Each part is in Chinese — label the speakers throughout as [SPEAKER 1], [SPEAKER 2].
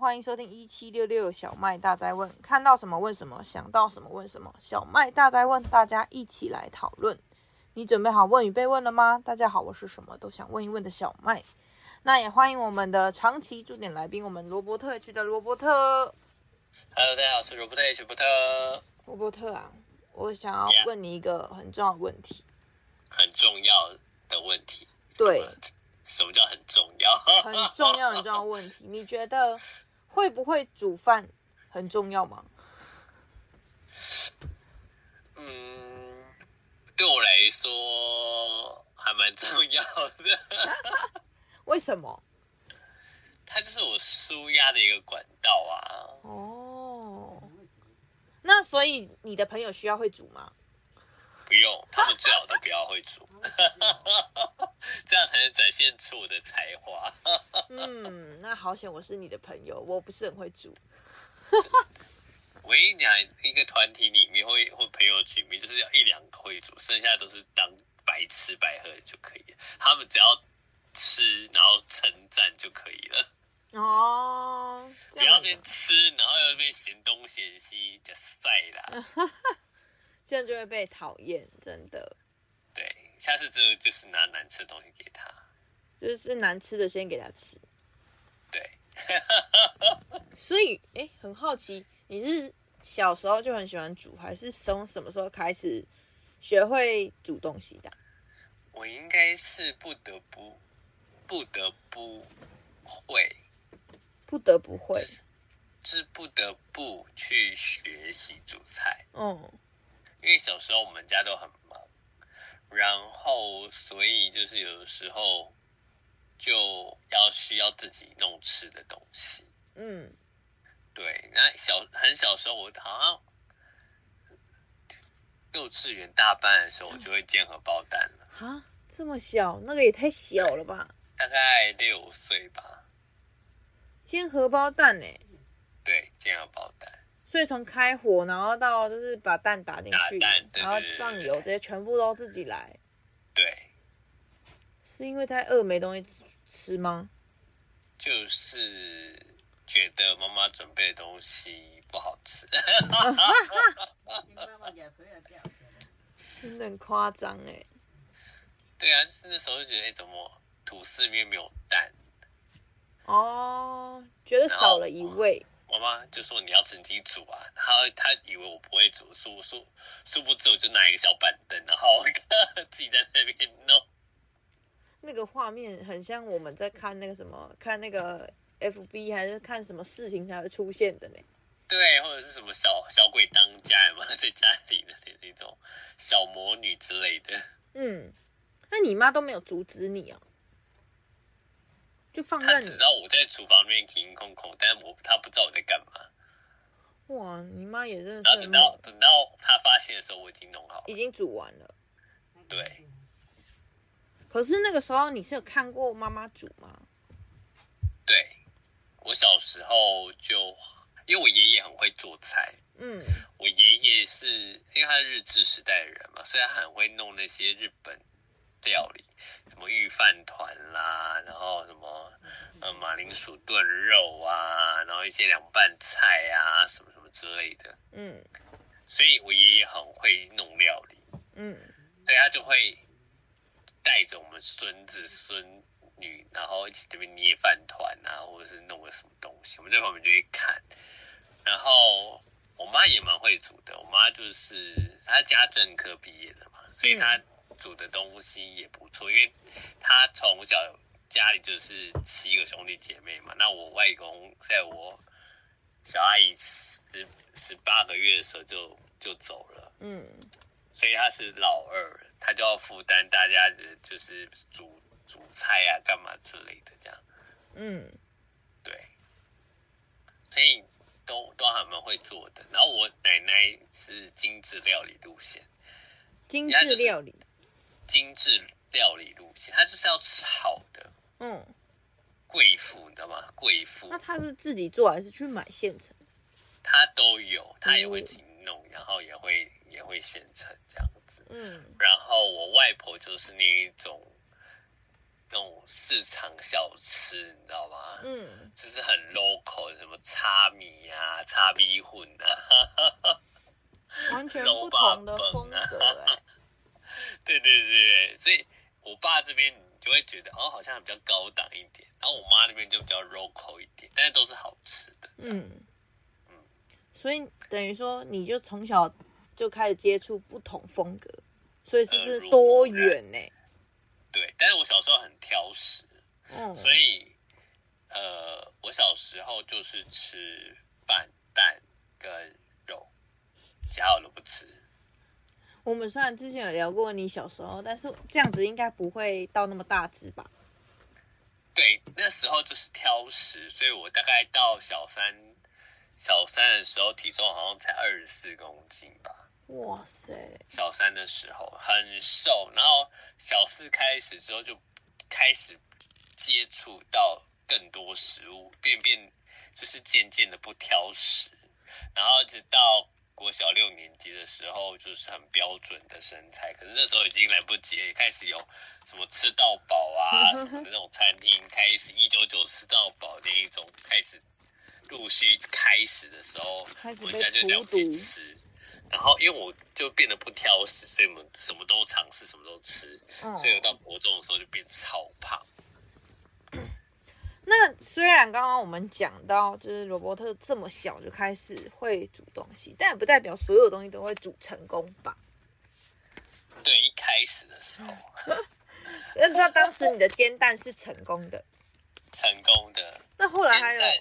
[SPEAKER 1] 欢迎收听一七六六小麦大灾问，看到什么问什么，想到什么问什么。小麦大灾问，大家一起来讨论。你准备好问与被问了吗？大家好，我是什么都想问一问的小麦。那也欢迎我们的长期驻点来宾，我们罗伯特区的罗伯特。
[SPEAKER 2] Hello，大家好，我是罗伯特 H 伯特。
[SPEAKER 1] 罗伯特啊，我想要
[SPEAKER 2] Yeah
[SPEAKER 1] 问你一个很重要的问题。
[SPEAKER 2] 很重要的问题，
[SPEAKER 1] 对
[SPEAKER 2] 什么什么叫很重要？
[SPEAKER 1] 很重要很重要的问题。你觉得会不会煮饭很重要吗？
[SPEAKER 2] 嗯，对我来说还蛮重要 的，
[SPEAKER 1] 为什么？
[SPEAKER 2] 它就是我舒压的一个管道啊。
[SPEAKER 1] 哦，那所以你的朋友需要会煮吗？
[SPEAKER 2] 不用，他们最好都不要会 煮，这样才能展现出我的才华。
[SPEAKER 1] 嗯，那好险，我是你的朋友，我不是很会煮。
[SPEAKER 2] 我跟你讲，一个团体里面会会朋友举名，就是要一两个会煮，剩下都是当白吃白喝就可以了。他们只要吃，然后称赞就可以了，
[SPEAKER 1] 哦，这
[SPEAKER 2] 不要
[SPEAKER 1] 样
[SPEAKER 2] 边
[SPEAKER 1] 子
[SPEAKER 2] 吃，然后又边嫌东嫌西，就晒啦。
[SPEAKER 1] 这样就会被讨厌，真的。
[SPEAKER 2] 对，下次这个就是拿难吃的东西给他。
[SPEAKER 1] 就是难吃的先给他吃。
[SPEAKER 2] 对，
[SPEAKER 1] 所以，哎、很好奇，你是小时候就很喜欢煮，还是从什么时候开始学会煮东西的啊？
[SPEAKER 2] 我应该是不得不不得不会，
[SPEAKER 1] 不得不会，
[SPEAKER 2] 就是不得不去学习煮菜。
[SPEAKER 1] 嗯，
[SPEAKER 2] 因为小时候我们家都很忙，然后所以就是有的时候就要需要自己弄吃的东西。
[SPEAKER 1] 嗯，
[SPEAKER 2] 对，那小很小时候我好像幼稚园大班的时候，我就会煎荷包蛋了，
[SPEAKER 1] 哈，这么小，那个也太小了吧？
[SPEAKER 2] 大概六岁吧。
[SPEAKER 1] 煎荷包蛋哎、
[SPEAKER 2] 对，煎荷包蛋，
[SPEAKER 1] 所以从开火，然后到就是把蛋打进去，
[SPEAKER 2] 打蛋对
[SPEAKER 1] 然后
[SPEAKER 2] 对对
[SPEAKER 1] 放
[SPEAKER 2] 对
[SPEAKER 1] 油，这些全部都自己来，
[SPEAKER 2] 对，
[SPEAKER 1] 是因为太饿没东西吃吃吗？
[SPEAKER 2] 就是觉得妈妈准备的东西不好吃。
[SPEAKER 1] 真的很夸张哎，
[SPEAKER 2] 对啊，就是那时候就觉得，哎、怎么吐司里面没有蛋？
[SPEAKER 1] 哦，觉得少了一味，
[SPEAKER 2] 妈妈就说你要自己煮啊，她她以为我不会煮，殊殊殊不知我就拿一个小板凳，然后 自己在那边弄。
[SPEAKER 1] 那个画面很像我们在看那个什么，看那个 FB 还是看什么视频才会出现的呢？
[SPEAKER 2] 对，或者是什么小小鬼当家嘛，在家里的那那种小魔女之类的，
[SPEAKER 1] 嗯，那你妈都没有阻止你哦，就放
[SPEAKER 2] 她
[SPEAKER 1] 任
[SPEAKER 2] 只知
[SPEAKER 1] 你
[SPEAKER 2] 道我在厨房那边停空空，但我她不知道我在干嘛。
[SPEAKER 1] 哇，你妈也真的
[SPEAKER 2] 然后
[SPEAKER 1] 是很
[SPEAKER 2] 等
[SPEAKER 1] 猛
[SPEAKER 2] 到等到她发现的时候，我已经弄好
[SPEAKER 1] 已
[SPEAKER 2] 了。
[SPEAKER 1] 经煮完了。
[SPEAKER 2] 对，
[SPEAKER 1] 可是那个时候你是有看过妈妈煮吗？
[SPEAKER 2] 对，我小时候就因为我爷爷很会做菜，
[SPEAKER 1] 嗯，
[SPEAKER 2] 我爷爷是因为他是日治时代的人嘛，所以他很会弄那些日本料理，什么御饭团啦，然后什么呃马铃薯炖肉啊，然后一些凉拌菜啊，什么什么之类的。
[SPEAKER 1] 嗯
[SPEAKER 2] 所以我爷爷很会弄料理，
[SPEAKER 1] 嗯，
[SPEAKER 2] 所以他就会带着我们孙子孙女，然后一起这边捏饭团啊，或者是弄个什么东西，我们在旁边就会看。然后我妈也蛮会煮的，我妈就是她家政科毕业的嘛，所以她煮的东西也不错，因为她从小家里就是七个兄弟姐妹嘛，那我外公在我小阿姨十十八个月的时候就就走了。
[SPEAKER 1] 嗯，
[SPEAKER 2] 所以他是老二，他就要负担大家的就是煮煮菜啊、干嘛之类的这样。
[SPEAKER 1] 嗯，
[SPEAKER 2] 对，所以都都还蛮会做的。然后我奶奶是精致料理路线，
[SPEAKER 1] 精
[SPEAKER 2] 人家
[SPEAKER 1] 致
[SPEAKER 2] 就是
[SPEAKER 1] 料理，
[SPEAKER 2] 精致料理路线，她就是要吃好的。
[SPEAKER 1] 嗯，
[SPEAKER 2] 贵妇，你知道吗？贵妇
[SPEAKER 1] 那她是自己做还是去买现成？
[SPEAKER 2] 她都有，她也会精弄，然后也会也会现成这样子。
[SPEAKER 1] 嗯
[SPEAKER 2] 然后我外婆就是那一种那种市场小吃，你知道吗？
[SPEAKER 1] 嗯，
[SPEAKER 2] 就是很 local，的什么叉米啊、叉米混啊，
[SPEAKER 1] 完全不同的风格、哎，
[SPEAKER 2] 对对对对，所以我爸这边你就会觉得哦，好像比较高档一点，然后我妈那边就比较 local 一点，但是都是好吃的。这样，
[SPEAKER 1] 嗯，所以等于说你就从小就开始接触不同风格，所以就是多元呢、
[SPEAKER 2] 对，但是我小时候很挑食，
[SPEAKER 1] 嗯，
[SPEAKER 2] 所以呃，我小时候就是吃饭、蛋跟肉，其他我都不吃。
[SPEAKER 1] 我们虽然之前有聊过你小时候，但是这样子应该不会到那么大只吧？
[SPEAKER 2] 对，那时候就是挑食，所以我大概到小三小三的时候，体重好像才二十四公斤吧。
[SPEAKER 1] 哇塞，
[SPEAKER 2] 小三的时候很瘦，然后小四开始之后就开始接触到更多食物，变变就是渐渐的不挑食，然后一直到国小六年级的时候，就是很标准的身材。可是那时候已经来不及了，也开始有什么吃到饱啊什么的那种餐厅，开始一九九吃到饱那一种开始陆续开始的时候，
[SPEAKER 1] 开始
[SPEAKER 2] 我
[SPEAKER 1] 被
[SPEAKER 2] 们家就
[SPEAKER 1] 荼
[SPEAKER 2] 两边
[SPEAKER 1] 毒
[SPEAKER 2] 吃。然后因为我就变得不挑食，所以我们什么都尝试，什么都吃，
[SPEAKER 1] 嗯，
[SPEAKER 2] 所以我到国中的时候就变超胖。
[SPEAKER 1] 那虽然刚刚我们讲到，就是罗伯特这么小就开始会煮东西，但也不代表所有东西都会煮成功吧？
[SPEAKER 2] 对，一开始的时候
[SPEAKER 1] 那那当时你的煎蛋是成功的，
[SPEAKER 2] 成功的
[SPEAKER 1] 那后来
[SPEAKER 2] 煎
[SPEAKER 1] 还有
[SPEAKER 2] 蛋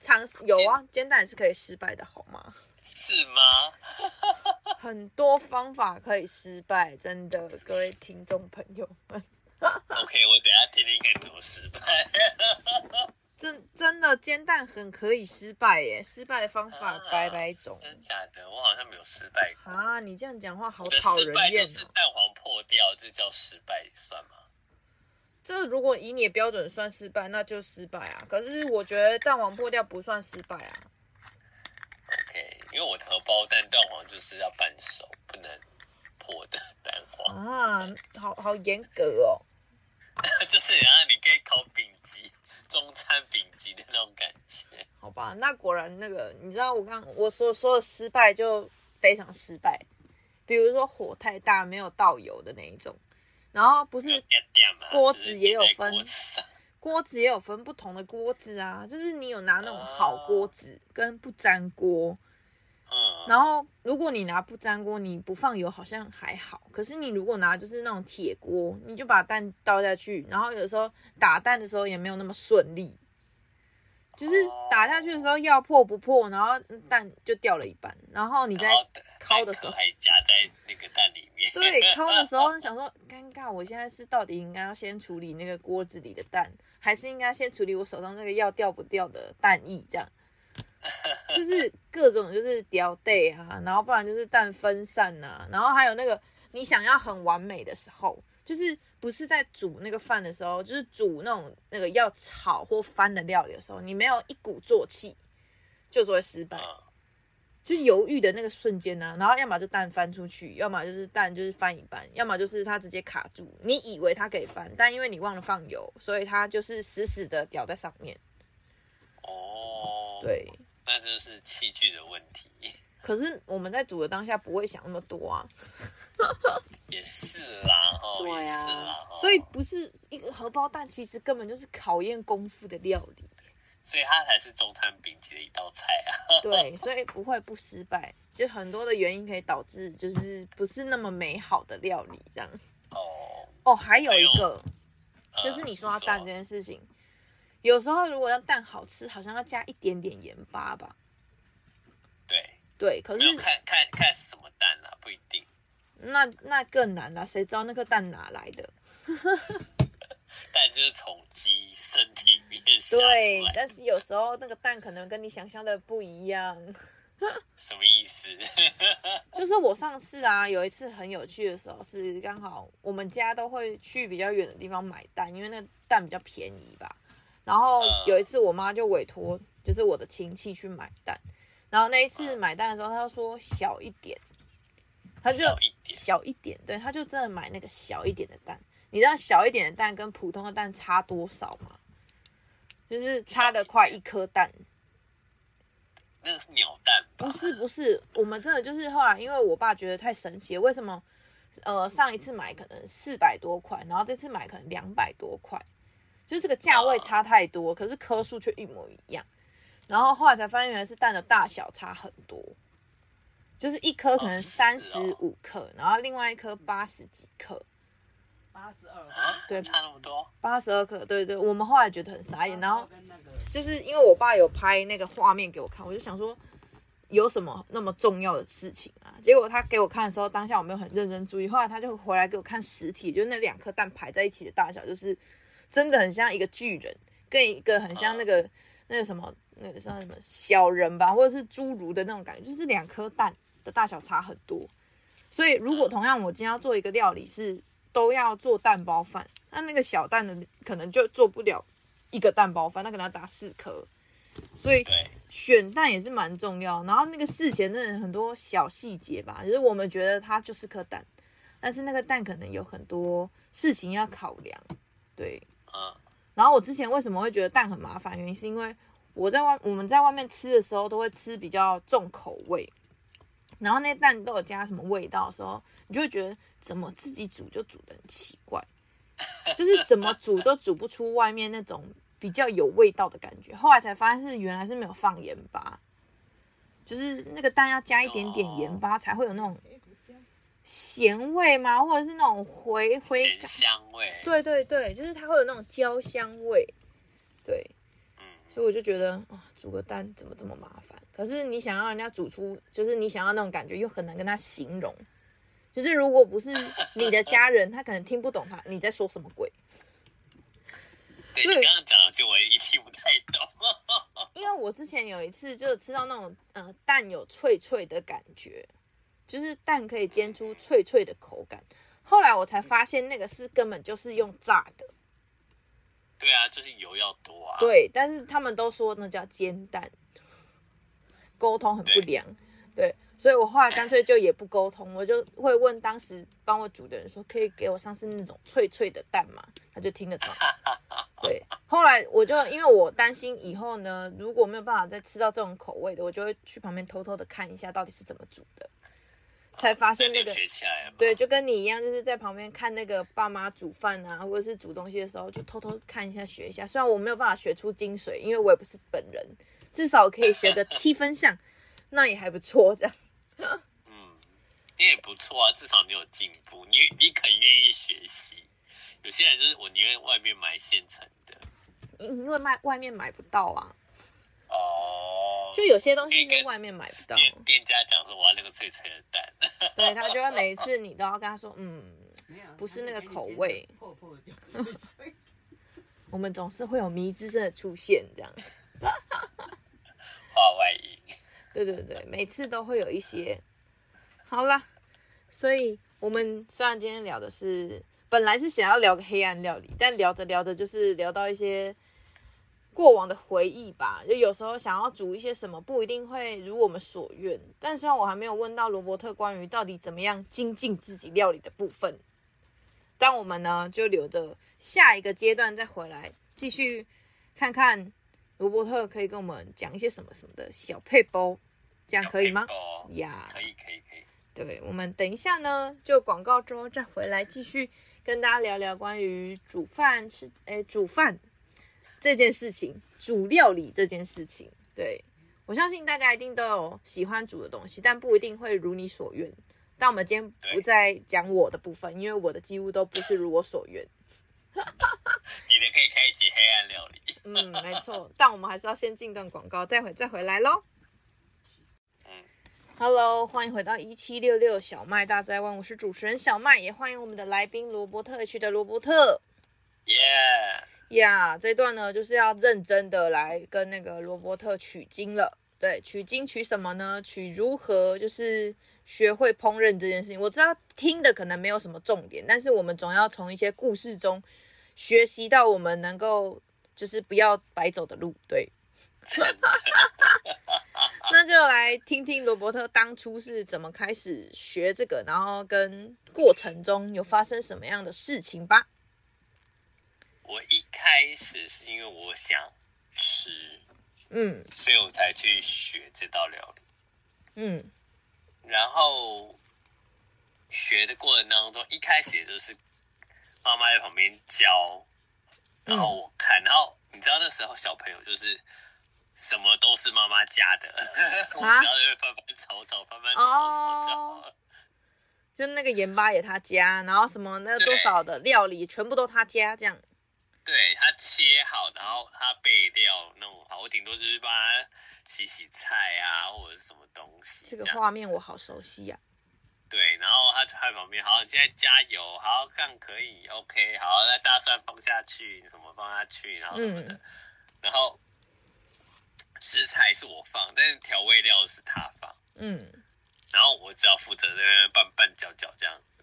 [SPEAKER 1] 尝试有啊，煎蛋也是可以失败的好吗？
[SPEAKER 2] 是吗？
[SPEAKER 1] 很多方法可以失败，真的，各位听众朋友们，
[SPEAKER 2] OK，我等一下听听看怎么失败。
[SPEAKER 1] 真真的煎蛋很可以失败耶，失败的方法
[SPEAKER 2] 啊
[SPEAKER 1] 百百种
[SPEAKER 2] 真的假的？我好像没有失败过。
[SPEAKER 1] 啊！你这样讲话好
[SPEAKER 2] 我的
[SPEAKER 1] 讨
[SPEAKER 2] 失
[SPEAKER 1] 人
[SPEAKER 2] 败
[SPEAKER 1] 厌
[SPEAKER 2] 就是
[SPEAKER 1] 哦。
[SPEAKER 2] 蛋黄破掉，这叫失败算吗？
[SPEAKER 1] 这如果以你的标准算失败，那就失败啊。可是我觉得蛋黄破掉不算失败啊。
[SPEAKER 2] OK，因为我的荷包蛋蛋黄就是要半熟，不能破的蛋黄，
[SPEAKER 1] 啊，好好严格哦。
[SPEAKER 2] 就是然后你可以烤饼级、中餐饼级的那种感觉。
[SPEAKER 1] 好吧，那果然那个，你知道我刚我所说的失败就非常失败，比如说火太大没有倒油的那一种，然后不
[SPEAKER 2] 有
[SPEAKER 1] 是
[SPEAKER 2] 点点嘛，
[SPEAKER 1] 锅
[SPEAKER 2] 只是
[SPEAKER 1] 子也有
[SPEAKER 2] 粘在
[SPEAKER 1] 分
[SPEAKER 2] 锅子上
[SPEAKER 1] 锅子也有分不同的锅子啊，就是你有拿那种好锅子跟不粘锅，
[SPEAKER 2] 嗯，
[SPEAKER 1] 然后如果你拿不粘锅，你不放油好像还好，可是你如果拿就是那种铁锅，你就把蛋倒下去，然后有时候打蛋的时候也没有那么顺利，就是打下去的时候要破不破，然后蛋就掉了一半，然后你再
[SPEAKER 2] 然后蛋
[SPEAKER 1] 烤的时候
[SPEAKER 2] 蛋壳还夹在那个蛋里面。
[SPEAKER 1] 对，抠的时候想说，尴尬，我现在是到底应该要先处理那个锅子里的蛋，还是应该先处理我手上这个要掉不掉的蛋液？这样，就是各种就是掉蛋啊，然后不然就是蛋分散呐、啊，然后还有那个你想要很完美的时候，就是不是在煮那个饭的时候，就是煮那种那个要炒或翻的料理的时候，你没有一鼓作气，就是会失败。
[SPEAKER 2] 嗯，
[SPEAKER 1] 就是犹豫的那个瞬间啊呢、然后要么就蛋翻出去，要么就是蛋就是翻一半，要么就是它直接卡住。你以为它可以翻，但因为你忘了放油，所以它就是死死的吊在上面。
[SPEAKER 2] 哦，，
[SPEAKER 1] 对，
[SPEAKER 2] 那就是器具的问题，
[SPEAKER 1] 可是我们在煮的当下不会想那么多啊，
[SPEAKER 2] 也是啦，哦，也是啦，哦
[SPEAKER 1] 所以不是一个荷包蛋，其实根本就是考验功夫的料理。
[SPEAKER 2] 所以它才是中餐饼级的一道菜啊。
[SPEAKER 1] 对，所以不会不失败，就很多的原因可以导致就是不是那么美好的料理这样。
[SPEAKER 2] 哦，
[SPEAKER 1] 哦，还有一
[SPEAKER 2] 还
[SPEAKER 1] 个。
[SPEAKER 2] 呃
[SPEAKER 1] 就是你说到蛋这件事情，有时候如果要蛋好吃，好像要加一点点盐巴吧？
[SPEAKER 2] 对，
[SPEAKER 1] 对，可
[SPEAKER 2] 没有
[SPEAKER 1] 是
[SPEAKER 2] 看看看是什么蛋啦，不一定。
[SPEAKER 1] 那那更难啦，谁知道那颗蛋哪来的？
[SPEAKER 2] 蛋就是从鸡身体里面下
[SPEAKER 1] 对
[SPEAKER 2] 出，来，
[SPEAKER 1] 但是有时候那个蛋可能跟你想象的不一样。
[SPEAKER 2] 什么意思？
[SPEAKER 1] 就是我上次啊，有一次很有趣的时候，是刚好我们家都会去比较远的地方买蛋，因为那蛋比较便宜吧。然后
[SPEAKER 2] 嗯
[SPEAKER 1] 有一次我妈就委托，就是我的亲戚去买蛋，然后那一次
[SPEAKER 2] 嗯
[SPEAKER 1] 买蛋的时候，她就说小一点，她就
[SPEAKER 2] 小一点
[SPEAKER 1] 小一点，对，她就真的买那个小一点的蛋。你知道小一点的蛋跟普通的蛋差多少吗？就是差了快一颗蛋。
[SPEAKER 2] 那个是鸟蛋吧
[SPEAKER 1] 不？是不是，我们真的就是后来，因为我爸觉得太神奇了，为什么？呃，上一次买可能四百多块，然后这次买可能两百多块，就是这个价位差太多，可是颗数却一模一样。然后后来才发现，原来是蛋的大小差很多，就是一颗可能
[SPEAKER 2] 哦是
[SPEAKER 1] 三
[SPEAKER 2] 哦
[SPEAKER 1] 十五克，然后另外一颗八十几克，
[SPEAKER 3] 八十二，
[SPEAKER 2] 啊，
[SPEAKER 1] 对
[SPEAKER 2] 差那么多，
[SPEAKER 1] 八十二克，对对，我们后来觉得很傻眼，哎然后
[SPEAKER 3] 跟那个
[SPEAKER 1] 就是因为我爸有拍那个画面给我看，我就想说有什么那么重要的事情啊？结果他给我看的时候，当下我没有很认真注意，后来他就回来给我看实体，就是那两颗蛋排在一起的大小，就是真的很像一个巨人，跟一个很像那个、那个什么那个像什么小人吧，或者是侏儒的那种感觉，就是两颗蛋的大小差很多。所以如果同样我今天要做一个料理是都要做蛋包饭，那那个小蛋的可能就做不了一个蛋包饭，那可能要打四颗。所以
[SPEAKER 2] 对，
[SPEAKER 1] 选蛋也是蛮重要，然后那个事前真的很多小细节吧，就是我们觉得它就是颗蛋，但是那个蛋可能有很多事情要考量，对。
[SPEAKER 2] 嗯，
[SPEAKER 1] 然后我之前为什么会觉得蛋很麻烦，原因是因为我在外我们在外面吃的时候都会吃比较重口味，然后那蛋都有加什么味道的时候，你就会觉得怎么自己煮就煮的很奇怪，就是怎么煮都煮不出外面那种比较有味道的感觉。后来才发现是原来是没有放盐巴，就是那个蛋要加一点点盐巴才会有那种咸味吗？或者是那种回回
[SPEAKER 2] 咸香味，
[SPEAKER 1] 对对对，就是它会有那种焦香味，对，
[SPEAKER 2] 嗯，
[SPEAKER 1] 所以我就觉得啊、煮个蛋怎么这么麻烦？可是你想要人家煮出，就是你想要那种感觉，又很难跟他形容。就是如果不是你的家人，他可能听不懂他你在说什么鬼。
[SPEAKER 2] 对
[SPEAKER 1] 对
[SPEAKER 2] 你刚刚讲的，就我也听不太懂，
[SPEAKER 1] 因为我之前有一次就吃到那种呃蛋有脆脆的感觉，就是蛋可以煎出脆脆的口感。后来我才发现那个是根本就是用炸的，
[SPEAKER 2] 对啊，就是油要多啊，
[SPEAKER 1] 对，但是他们都说那叫煎蛋，沟通很不
[SPEAKER 2] 对
[SPEAKER 1] 良，对，所以我后来干脆就也不沟通，我就会问当时帮我煮的人说，可以给我上次那种脆脆的蛋吗？他就听得 懂。对，后来我就因为我担心以后呢，如果没有办法再吃到这种口味的，我就会去旁边偷偷的看一下到底是怎么煮的，才发
[SPEAKER 2] 所以
[SPEAKER 1] 现
[SPEAKER 2] 你
[SPEAKER 1] 那
[SPEAKER 2] 有
[SPEAKER 1] 个
[SPEAKER 2] 学起来了吗？
[SPEAKER 1] 对，就跟你一样，就是在旁边看那个爸妈煮饭啊，或者是煮东西的时候，就偷偷看一下学一下。虽然我没有办法学出精髓，因为我也不是本人，至少可以学个七分像，那也还不错。这样
[SPEAKER 2] 嗯，你也不错啊，至少你有进步，你你肯愿意学习。有些人就是我宁愿外面买现成的
[SPEAKER 1] 因因为卖外面买不到啊，
[SPEAKER 2] 哦，
[SPEAKER 1] 就有些东西是外面买不到，
[SPEAKER 2] 店店家讲说我要那个脆脆的蛋，
[SPEAKER 1] 对他就会每一次你都要跟他说，嗯，
[SPEAKER 3] 没有
[SPEAKER 1] 不是那个口味，
[SPEAKER 3] 它就给你煎得破破 的所以
[SPEAKER 1] 我们总是会有迷之声的出现，这样。
[SPEAKER 2] 话外音。
[SPEAKER 1] 对对对，每次都会有一些。好啦，所以我们虽然今天聊的是，本来是想要聊个黑暗料理，但聊着聊着就是聊到一些过往的回忆吧。就有时候想要煮一些什么，不一定会如我们所愿。但虽然我还没有问到罗伯特关于到底怎么样精进自己料理的部分，但我们呢就留着下一个阶段再回来继续看看罗伯特可以跟我们讲一些什么什么的小配包，这样可以吗？
[SPEAKER 2] 哦，
[SPEAKER 1] 呀、
[SPEAKER 2] 可以可以可以。
[SPEAKER 1] 对，我们等一下呢，就广告之后再回来继续跟大家聊聊关于煮饭吃，诶，煮饭这件事情，煮料理这件事情。对我相信大家一定都有喜欢煮的东西，但不一定会如你所愿。但我们今天不
[SPEAKER 2] 对
[SPEAKER 1] 再讲我的部分，因为我的几乎都不是如我所愿。
[SPEAKER 2] 你的可以开一集黑暗料理。
[SPEAKER 1] 嗯，没错，但我们还是要先进段广告，待会再回来喽。Hello，欢迎回到一七六六小麦大灾问，我是主持人小麦，也欢迎我们的来宾罗伯特 H 的罗伯特。
[SPEAKER 2] 耶，
[SPEAKER 1] 呀这段呢就是要认真的来跟那个罗伯特取经了。对，取经取什么呢？取如何就是学会烹饪这件事情。我知道听的可能没有什么重点，但是我们总要从一些故事中学习到我们能够就是不要白走的路。对，
[SPEAKER 2] 真的
[SPEAKER 1] 那就来听听罗伯特当初是怎么开始学这个，然后跟过程中有发生什么样的事情吧。
[SPEAKER 2] 我一开始是因为我想吃，
[SPEAKER 1] 嗯
[SPEAKER 2] 所以我才去学这道料理。
[SPEAKER 1] 嗯
[SPEAKER 2] 然后学的过程当中，一开始也就是妈妈在旁边教，然后
[SPEAKER 1] 嗯
[SPEAKER 2] 我看，然后你知道那时候小朋友就是什么都是妈妈家的， 我
[SPEAKER 1] 啊
[SPEAKER 2] 只要就是翻翻炒炒，翻翻
[SPEAKER 1] 哦
[SPEAKER 2] 炒炒就好了。
[SPEAKER 1] 就那个盐巴也他加，然后什么那个
[SPEAKER 2] 对
[SPEAKER 1] 多少的料理全部都他加，这样
[SPEAKER 2] 对他切好，然后他备料弄好，我顶多就是帮他洗洗菜啊，或者是什么东西
[SPEAKER 1] 这
[SPEAKER 2] 样子。
[SPEAKER 1] 个画面我好熟悉啊呀、
[SPEAKER 2] 对，然后他就在旁边，好，你现在加油，好，杠可以，OK，好，那大蒜放下去，什么放下去，然后什么的，然后食材是我放，但是调味料是他放，
[SPEAKER 1] 嗯
[SPEAKER 2] 然后我只要负责在那边拌拌搅搅这样子，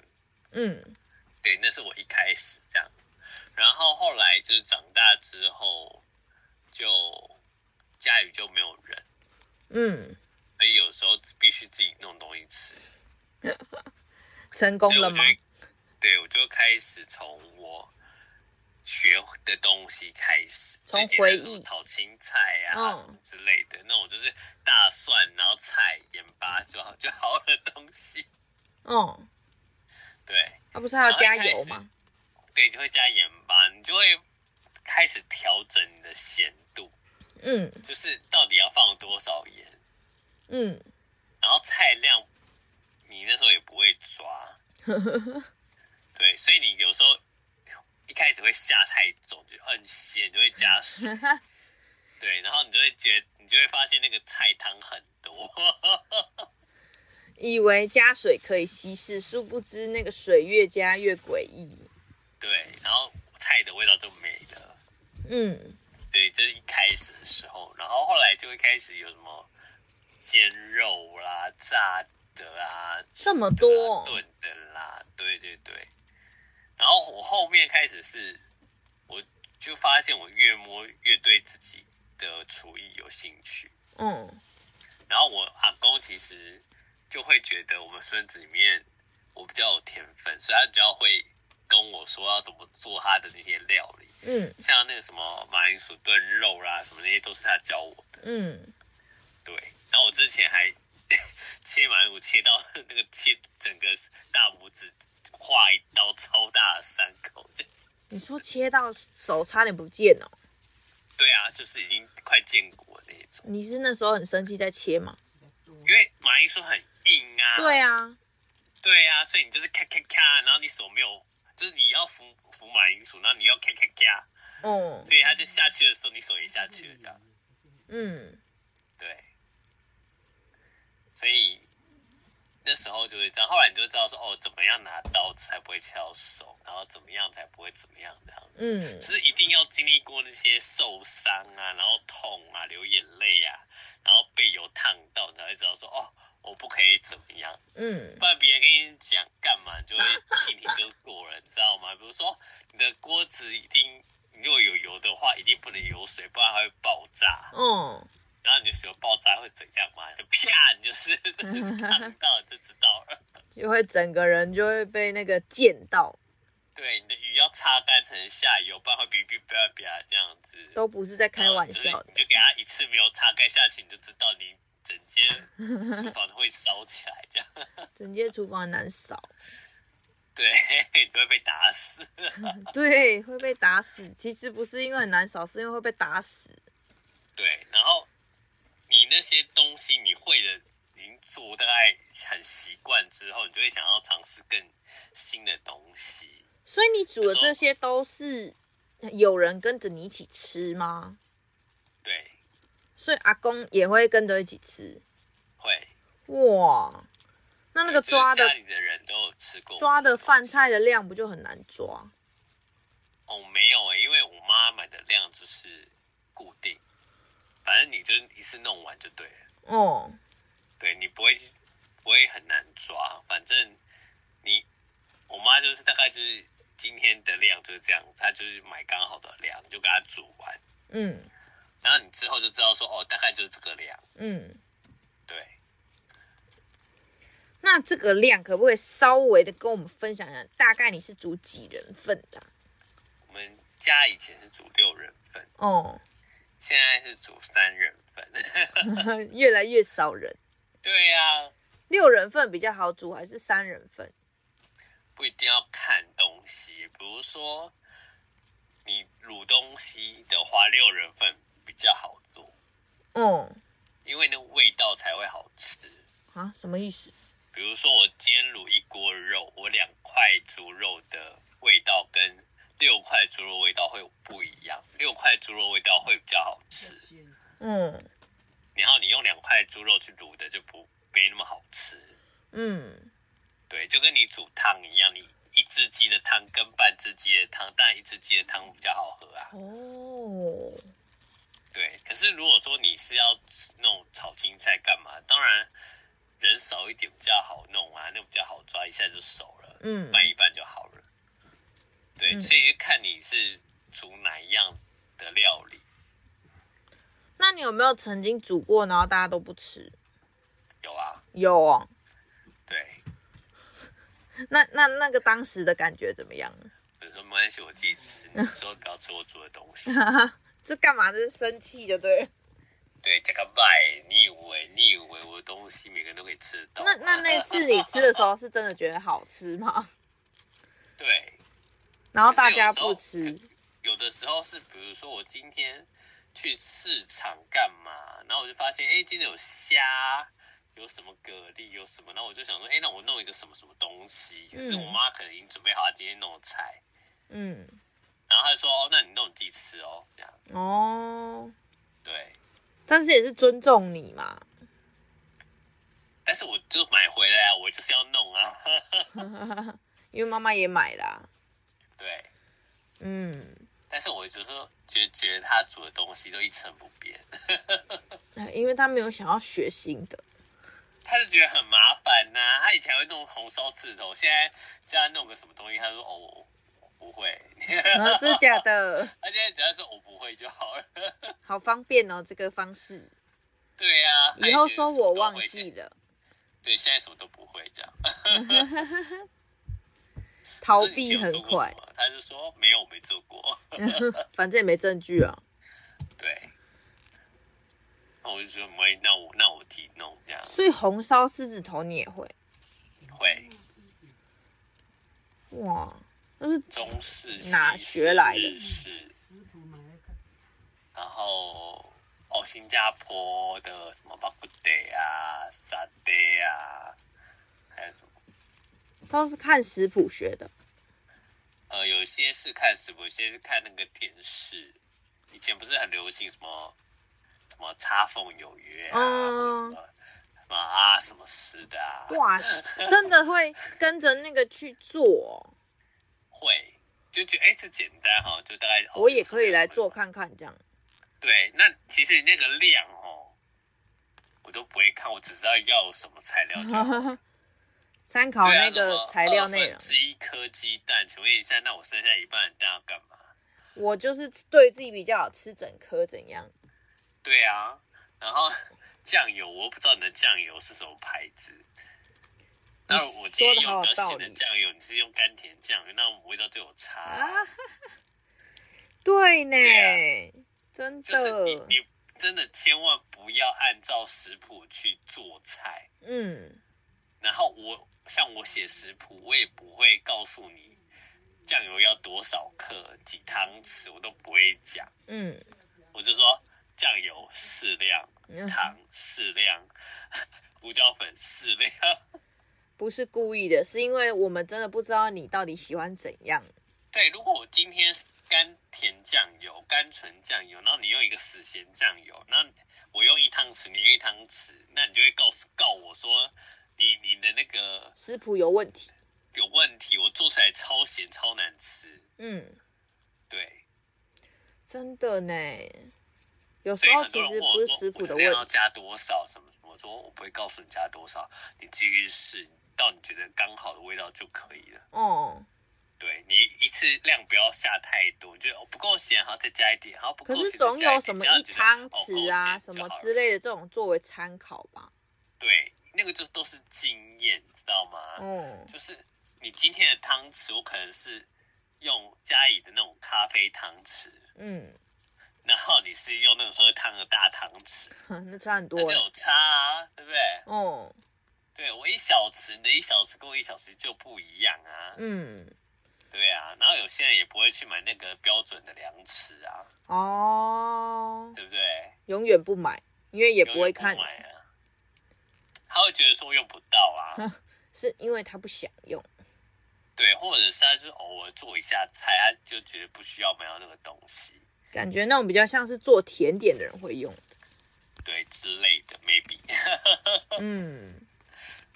[SPEAKER 1] 嗯
[SPEAKER 2] 对，那是我一开始这样，然后后来就是长大之后，就家里就没有人，
[SPEAKER 1] 嗯，
[SPEAKER 2] 所以有时候必须自己弄东西吃，
[SPEAKER 1] 成功
[SPEAKER 2] 所以
[SPEAKER 1] 了
[SPEAKER 2] 我就
[SPEAKER 1] 吗？
[SPEAKER 2] 会对，我就开始从我学的东西开始，
[SPEAKER 1] 从
[SPEAKER 2] 最简单的
[SPEAKER 1] 回忆
[SPEAKER 2] 什么炒青菜啊、
[SPEAKER 1] 嗯
[SPEAKER 2] 什么之类的，那种就是大蒜，然后菜、盐巴就好就好的东西。
[SPEAKER 1] 哦，
[SPEAKER 2] 对
[SPEAKER 1] 他不是还要加油吗？
[SPEAKER 2] 对，就会加盐巴，你就会开始调整你的咸度，
[SPEAKER 1] 嗯
[SPEAKER 2] 就是到底要放多少盐，
[SPEAKER 1] 嗯
[SPEAKER 2] 然后菜量你那时候也不会抓，对，所以你有时候一开始会下太重，就很咸，就会加水，对，然后你就会觉得你就会发现那个菜汤很多，
[SPEAKER 1] 以为加水可以稀释，殊不知那个水越加越诡异。
[SPEAKER 2] 对，然后菜的味道就没了。
[SPEAKER 1] 嗯
[SPEAKER 2] 对，这是一开始的时候，然后后来就会开始有什么煎肉啦、炸的啊、
[SPEAKER 1] 这么
[SPEAKER 2] 煮的
[SPEAKER 1] 多
[SPEAKER 2] 啊炖的啦，对对对。然后我后面开始是，我就发现我越摸越对自己的厨艺有兴趣。
[SPEAKER 1] 嗯
[SPEAKER 2] 然后我阿公其实就会觉得我们孙子里面我比较有天分，所以他比较会跟我说要怎么做他的那些料理。
[SPEAKER 1] 嗯
[SPEAKER 2] 像那个什么马铃薯炖肉啦、什么那些都是他教我的。
[SPEAKER 1] 嗯，
[SPEAKER 2] 对，然后我之前还 切马铃薯切到 那个切整个大拇指划一刀超大的伤口，这
[SPEAKER 1] 你说切到手差点不见哦，
[SPEAKER 2] 对啊，就是已经快见骨的那一种，
[SPEAKER 1] 你是那时候很生气在切吗？
[SPEAKER 2] 因为马铃薯很硬啊。
[SPEAKER 1] 对啊，
[SPEAKER 2] 对啊，所以你就是咔咔咔，然后你手没有，就是你要扶扶马铃薯，然后你要咔咔咔，
[SPEAKER 1] 哦
[SPEAKER 2] 所以它就下去的时候你手也下去了，这样。
[SPEAKER 1] 嗯
[SPEAKER 2] 对，所以那时候就是这样。后来你就知道说，哦，怎么样拿刀子才不会切到手，然后怎么样才不会怎么样这样子。
[SPEAKER 1] 嗯
[SPEAKER 2] 就是一定要经历过那些受伤啊，然后痛啊，流眼泪啊，然后被油烫到，你才会知道说，哦，我不可以怎么样。
[SPEAKER 1] 嗯
[SPEAKER 2] 不然别人跟你讲干嘛，你就会听听就过了，你知道吗？比如说你的锅子一定，你如果有油的话，一定不能有水，不然它会爆炸。
[SPEAKER 1] 哦
[SPEAKER 2] 然后你就学爆炸会怎样嘛？就啪，你就是 烫到就知道了。
[SPEAKER 1] 就会整个人就会被那个溅到，
[SPEAKER 2] 对，你的鱼要擦干才能下油，不然会哔哔啪啪这样子。
[SPEAKER 1] 都不是在开玩笑
[SPEAKER 2] 就是
[SPEAKER 1] 的。
[SPEAKER 2] 你就给它一次没有擦干下去，你就知道你整 间厨房都会烧起来，这样
[SPEAKER 1] 整间厨房很难扫，
[SPEAKER 2] 对， 你就会被打死。
[SPEAKER 1] 对，会被打死。其实不是因为很难扫，是因为会被打死。
[SPEAKER 2] 对，然后你那些东西你会的，已经做大概很习惯之后，你就会想要尝试更新的东西。
[SPEAKER 1] 所以你煮的这些都是有人跟着你一起吃吗？
[SPEAKER 2] 对，
[SPEAKER 1] 所以阿公也会跟着一起吃。
[SPEAKER 2] 会。
[SPEAKER 1] 哇，那哎那个
[SPEAKER 2] 就是
[SPEAKER 1] 抓
[SPEAKER 2] 家
[SPEAKER 1] 的
[SPEAKER 2] 里的人都有吃过
[SPEAKER 1] 抓的饭菜的量不就很难抓？
[SPEAKER 2] 哦，没有诶、因为我妈买的量就是固定，反正你就一次弄完就对了，
[SPEAKER 1] 哦，
[SPEAKER 2] 对你不会不会很难抓，反正你我妈就是大概就是今天的量就是这样，她就是买刚好的量，你就给她煮完，
[SPEAKER 1] 嗯
[SPEAKER 2] 然后你之后就知道说哦，大概就是这个量，
[SPEAKER 1] 嗯，
[SPEAKER 2] 对，
[SPEAKER 1] 那这个量可不可以稍微的跟我们分享一下？大概你是煮几人份的啊、
[SPEAKER 2] 我们家以前是煮六人份，
[SPEAKER 1] 哦，
[SPEAKER 2] 现在是煮三人 份。
[SPEAKER 1] 越来越少人，
[SPEAKER 2] 对呀、
[SPEAKER 1] 六人份比较好煮，还是三人份？
[SPEAKER 2] 不一定要看东西，比如说你卤东西的话，六人份比较好做，
[SPEAKER 1] 哦，
[SPEAKER 2] 因为那味道才会好吃。
[SPEAKER 1] 啊，什么意思？
[SPEAKER 2] 比如说我今天卤一锅肉，我两块猪肉的味道跟六块猪肉味道会不一样，六块猪肉味道会比较好吃，
[SPEAKER 3] 鲜啊
[SPEAKER 1] 嗯
[SPEAKER 2] 然后你用两块猪肉去卤的就不没那么好吃。
[SPEAKER 1] 嗯，
[SPEAKER 2] 对，就跟你煮汤一样，你一只鸡的汤跟半只鸡的汤，当然一只鸡的汤比较好喝啊。
[SPEAKER 1] 哦，
[SPEAKER 2] 对，可是如果说你是要吃那种炒青菜干嘛，当然人少一点比较好弄啊，那比较好抓，一下就熟了，
[SPEAKER 1] 嗯
[SPEAKER 2] 拌一拌就好了。对，
[SPEAKER 1] 嗯
[SPEAKER 2] 所以就看你是煮哪一样的料理。
[SPEAKER 1] 那你有没有曾经煮过，然后大家都不吃？
[SPEAKER 2] 有啊，
[SPEAKER 1] 有哦，
[SPEAKER 2] 对，
[SPEAKER 1] 那那那个当时的感觉怎么 样？
[SPEAKER 2] 我就说没关系，我自己吃， 你说不要吃我煮的东西。
[SPEAKER 1] 这干嘛？这是生气就对了。
[SPEAKER 2] 对，这个卖，你以为你以为我的东西每个人都可以吃得到吗？啊
[SPEAKER 1] 那那那次你吃的时候是真的觉得好吃吗？
[SPEAKER 2] 对，
[SPEAKER 1] 然后大家不吃，
[SPEAKER 2] 有的时候是，比如说我今天去市场干嘛，然后我就发现，哎，今天有虾，有什么蛤蜊，有什么，然后我就想说，哎，那我弄一个什么什么东西。可是我妈可能已经准备好她今天弄的菜，
[SPEAKER 1] 嗯，
[SPEAKER 2] 然后她就说，哦，那你弄你自己吃哦，这样
[SPEAKER 1] 哦，
[SPEAKER 2] 对。
[SPEAKER 1] 但是也是尊重你嘛。
[SPEAKER 2] 但是我就买回来啊，我就是要弄啊，
[SPEAKER 1] 因为妈妈也买啦、
[SPEAKER 2] 对。
[SPEAKER 1] 嗯，
[SPEAKER 2] 但是我就说，觉觉得她煮的东西都一成不变，
[SPEAKER 1] 因为她没有想要学新 的，
[SPEAKER 2] 她就觉得很麻烦呐、她以前还会弄红烧刺头，现在叫她弄个什么东西，她说哦，我我不会。
[SPEAKER 1] 然后真的假的，
[SPEAKER 2] 他现在只要是我不会就好了。
[SPEAKER 1] 好方便哦，这个方式。
[SPEAKER 2] 对呀、
[SPEAKER 1] 以后说我忘记
[SPEAKER 2] 了。
[SPEAKER 1] 了，
[SPEAKER 2] 对，现在什么都不会这样。
[SPEAKER 1] 逃
[SPEAKER 2] 我说你
[SPEAKER 1] 避
[SPEAKER 2] 以前有
[SPEAKER 1] 很
[SPEAKER 2] 做过
[SPEAKER 1] 快
[SPEAKER 2] 什，么，他就说没有，我没做过。
[SPEAKER 1] 反正也没证据啊。
[SPEAKER 2] 对。那我就说没，那我那我自己弄这样
[SPEAKER 1] 所以红烧狮子头你也会
[SPEAKER 2] 会
[SPEAKER 1] 哇？那是
[SPEAKER 2] 中式、西
[SPEAKER 1] 哪
[SPEAKER 2] 式
[SPEAKER 1] 学来的
[SPEAKER 2] 日式，
[SPEAKER 3] 食谱买来看，
[SPEAKER 2] 然后哦，新加坡的什么巴布德啊、沙德啊，还有什么？
[SPEAKER 1] 都是看食谱学的。
[SPEAKER 2] 呃，有些是看食谱，有些是看那个电视。以前不是很流行什么什么插缝有约啊，
[SPEAKER 1] 嗯
[SPEAKER 2] 或者什么什么啊什么诗的啊，
[SPEAKER 1] 哇，真的会跟着那个去做、哦
[SPEAKER 2] 会就觉得哎、这简单哈、哦，就大概、
[SPEAKER 1] 哦，
[SPEAKER 2] 哦
[SPEAKER 1] 我也可以来做。
[SPEAKER 2] 有什么有什么
[SPEAKER 1] 看看这样。
[SPEAKER 2] 对，那其实那个量哦，我都不会看，我只知道要有什么材 料就好。
[SPEAKER 1] 参考
[SPEAKER 2] 对啊
[SPEAKER 1] 那
[SPEAKER 2] 什么
[SPEAKER 1] 个材料
[SPEAKER 2] 二分
[SPEAKER 1] 内容，
[SPEAKER 2] 之一颗鸡蛋，请问一下，那我剩下一半的蛋要干嘛？
[SPEAKER 1] 我就是对自己比较好，吃整颗怎样？
[SPEAKER 2] 对啊，然后 酱油我又不知道你的酱油是什么牌子。那我今天用
[SPEAKER 1] 说得好有
[SPEAKER 2] 的
[SPEAKER 1] 道
[SPEAKER 2] 新的
[SPEAKER 1] 理
[SPEAKER 2] 酱油，你是用甘甜酱油，那味道就有差啊。
[SPEAKER 1] 啊，对呢，
[SPEAKER 2] 对
[SPEAKER 1] 真
[SPEAKER 2] 就是你
[SPEAKER 1] 的，
[SPEAKER 2] 你真的千万不要按照食谱去做菜。
[SPEAKER 1] 嗯，
[SPEAKER 2] 然后我像我写食谱，我也不会告诉你酱油要多少克、几汤匙，我都不会讲。
[SPEAKER 1] 嗯
[SPEAKER 2] 我就说酱油适量，
[SPEAKER 1] 嗯，
[SPEAKER 2] 糖适量，胡椒粉适量。
[SPEAKER 1] 不是故意的，是因为我们真的不知道你到底喜欢怎样。
[SPEAKER 2] 对，如果我今天是甘甜酱油、甘醇酱油，然后你用一个死咸酱油，那我用一汤匙，你用一汤匙，那你就会告诉告我说你你的那个
[SPEAKER 1] 食谱有问题，
[SPEAKER 2] 有问题，我做出来超咸超难吃。
[SPEAKER 1] 嗯，
[SPEAKER 2] 对，
[SPEAKER 1] 真的呢。有时
[SPEAKER 2] 所以
[SPEAKER 1] 候
[SPEAKER 2] 很
[SPEAKER 1] 其
[SPEAKER 2] 多人
[SPEAKER 1] 实
[SPEAKER 2] 问
[SPEAKER 1] 不
[SPEAKER 2] 我
[SPEAKER 1] 是
[SPEAKER 2] 啊说
[SPEAKER 1] 食谱
[SPEAKER 2] 我
[SPEAKER 1] 的
[SPEAKER 2] 量
[SPEAKER 1] 问
[SPEAKER 2] 要
[SPEAKER 1] 题，
[SPEAKER 2] 加多少什么什么，我说我不会告诉你加多少，你继续试到你觉得刚好的味道就可以了。
[SPEAKER 1] 哦、
[SPEAKER 2] 对你一次量不要下太多，你觉得哦不够咸，好再加一点，好不
[SPEAKER 1] 可
[SPEAKER 2] 够
[SPEAKER 1] 是
[SPEAKER 2] 咸
[SPEAKER 1] 总
[SPEAKER 2] 再加
[SPEAKER 1] 有
[SPEAKER 2] 一点
[SPEAKER 1] 什么
[SPEAKER 2] 这样
[SPEAKER 1] 一
[SPEAKER 2] 觉得
[SPEAKER 1] 汤
[SPEAKER 2] 哦
[SPEAKER 1] 匙
[SPEAKER 2] 够
[SPEAKER 1] 啊、
[SPEAKER 2] 咸
[SPEAKER 1] 什
[SPEAKER 2] 就
[SPEAKER 1] 么
[SPEAKER 2] 好了
[SPEAKER 1] 之类的这种作为参考吧。
[SPEAKER 2] 对，那个就都是经验，知道吗？
[SPEAKER 1] 嗯
[SPEAKER 2] 就是你今天的汤匙，我可能是用家里的那种咖啡汤匙，
[SPEAKER 1] 嗯，
[SPEAKER 2] 然后你是用那种喝汤的大汤匙，
[SPEAKER 1] 哼那差很多
[SPEAKER 2] 那就
[SPEAKER 1] 欸。
[SPEAKER 2] 有差啊，对不对？
[SPEAKER 1] 哦，
[SPEAKER 2] 对我一小匙，你的一小匙跟我一小匙就不一样啊，
[SPEAKER 1] 嗯，
[SPEAKER 2] 对啊。然后有些人也不会去买那个标准的量尺啊，
[SPEAKER 1] 哦，
[SPEAKER 2] 对不对？
[SPEAKER 1] 永远不买，因为也不会看
[SPEAKER 2] 永，远不买啊，他会觉得说用不到啊，
[SPEAKER 1] 是因为他不想用。
[SPEAKER 2] 对，或者是他就偶尔做一下菜，他就觉得不需要买到那个东西，
[SPEAKER 1] 感觉那种比较像是做甜点的人会用。
[SPEAKER 2] 对之类的，maybe。 哦
[SPEAKER 1] 嗯，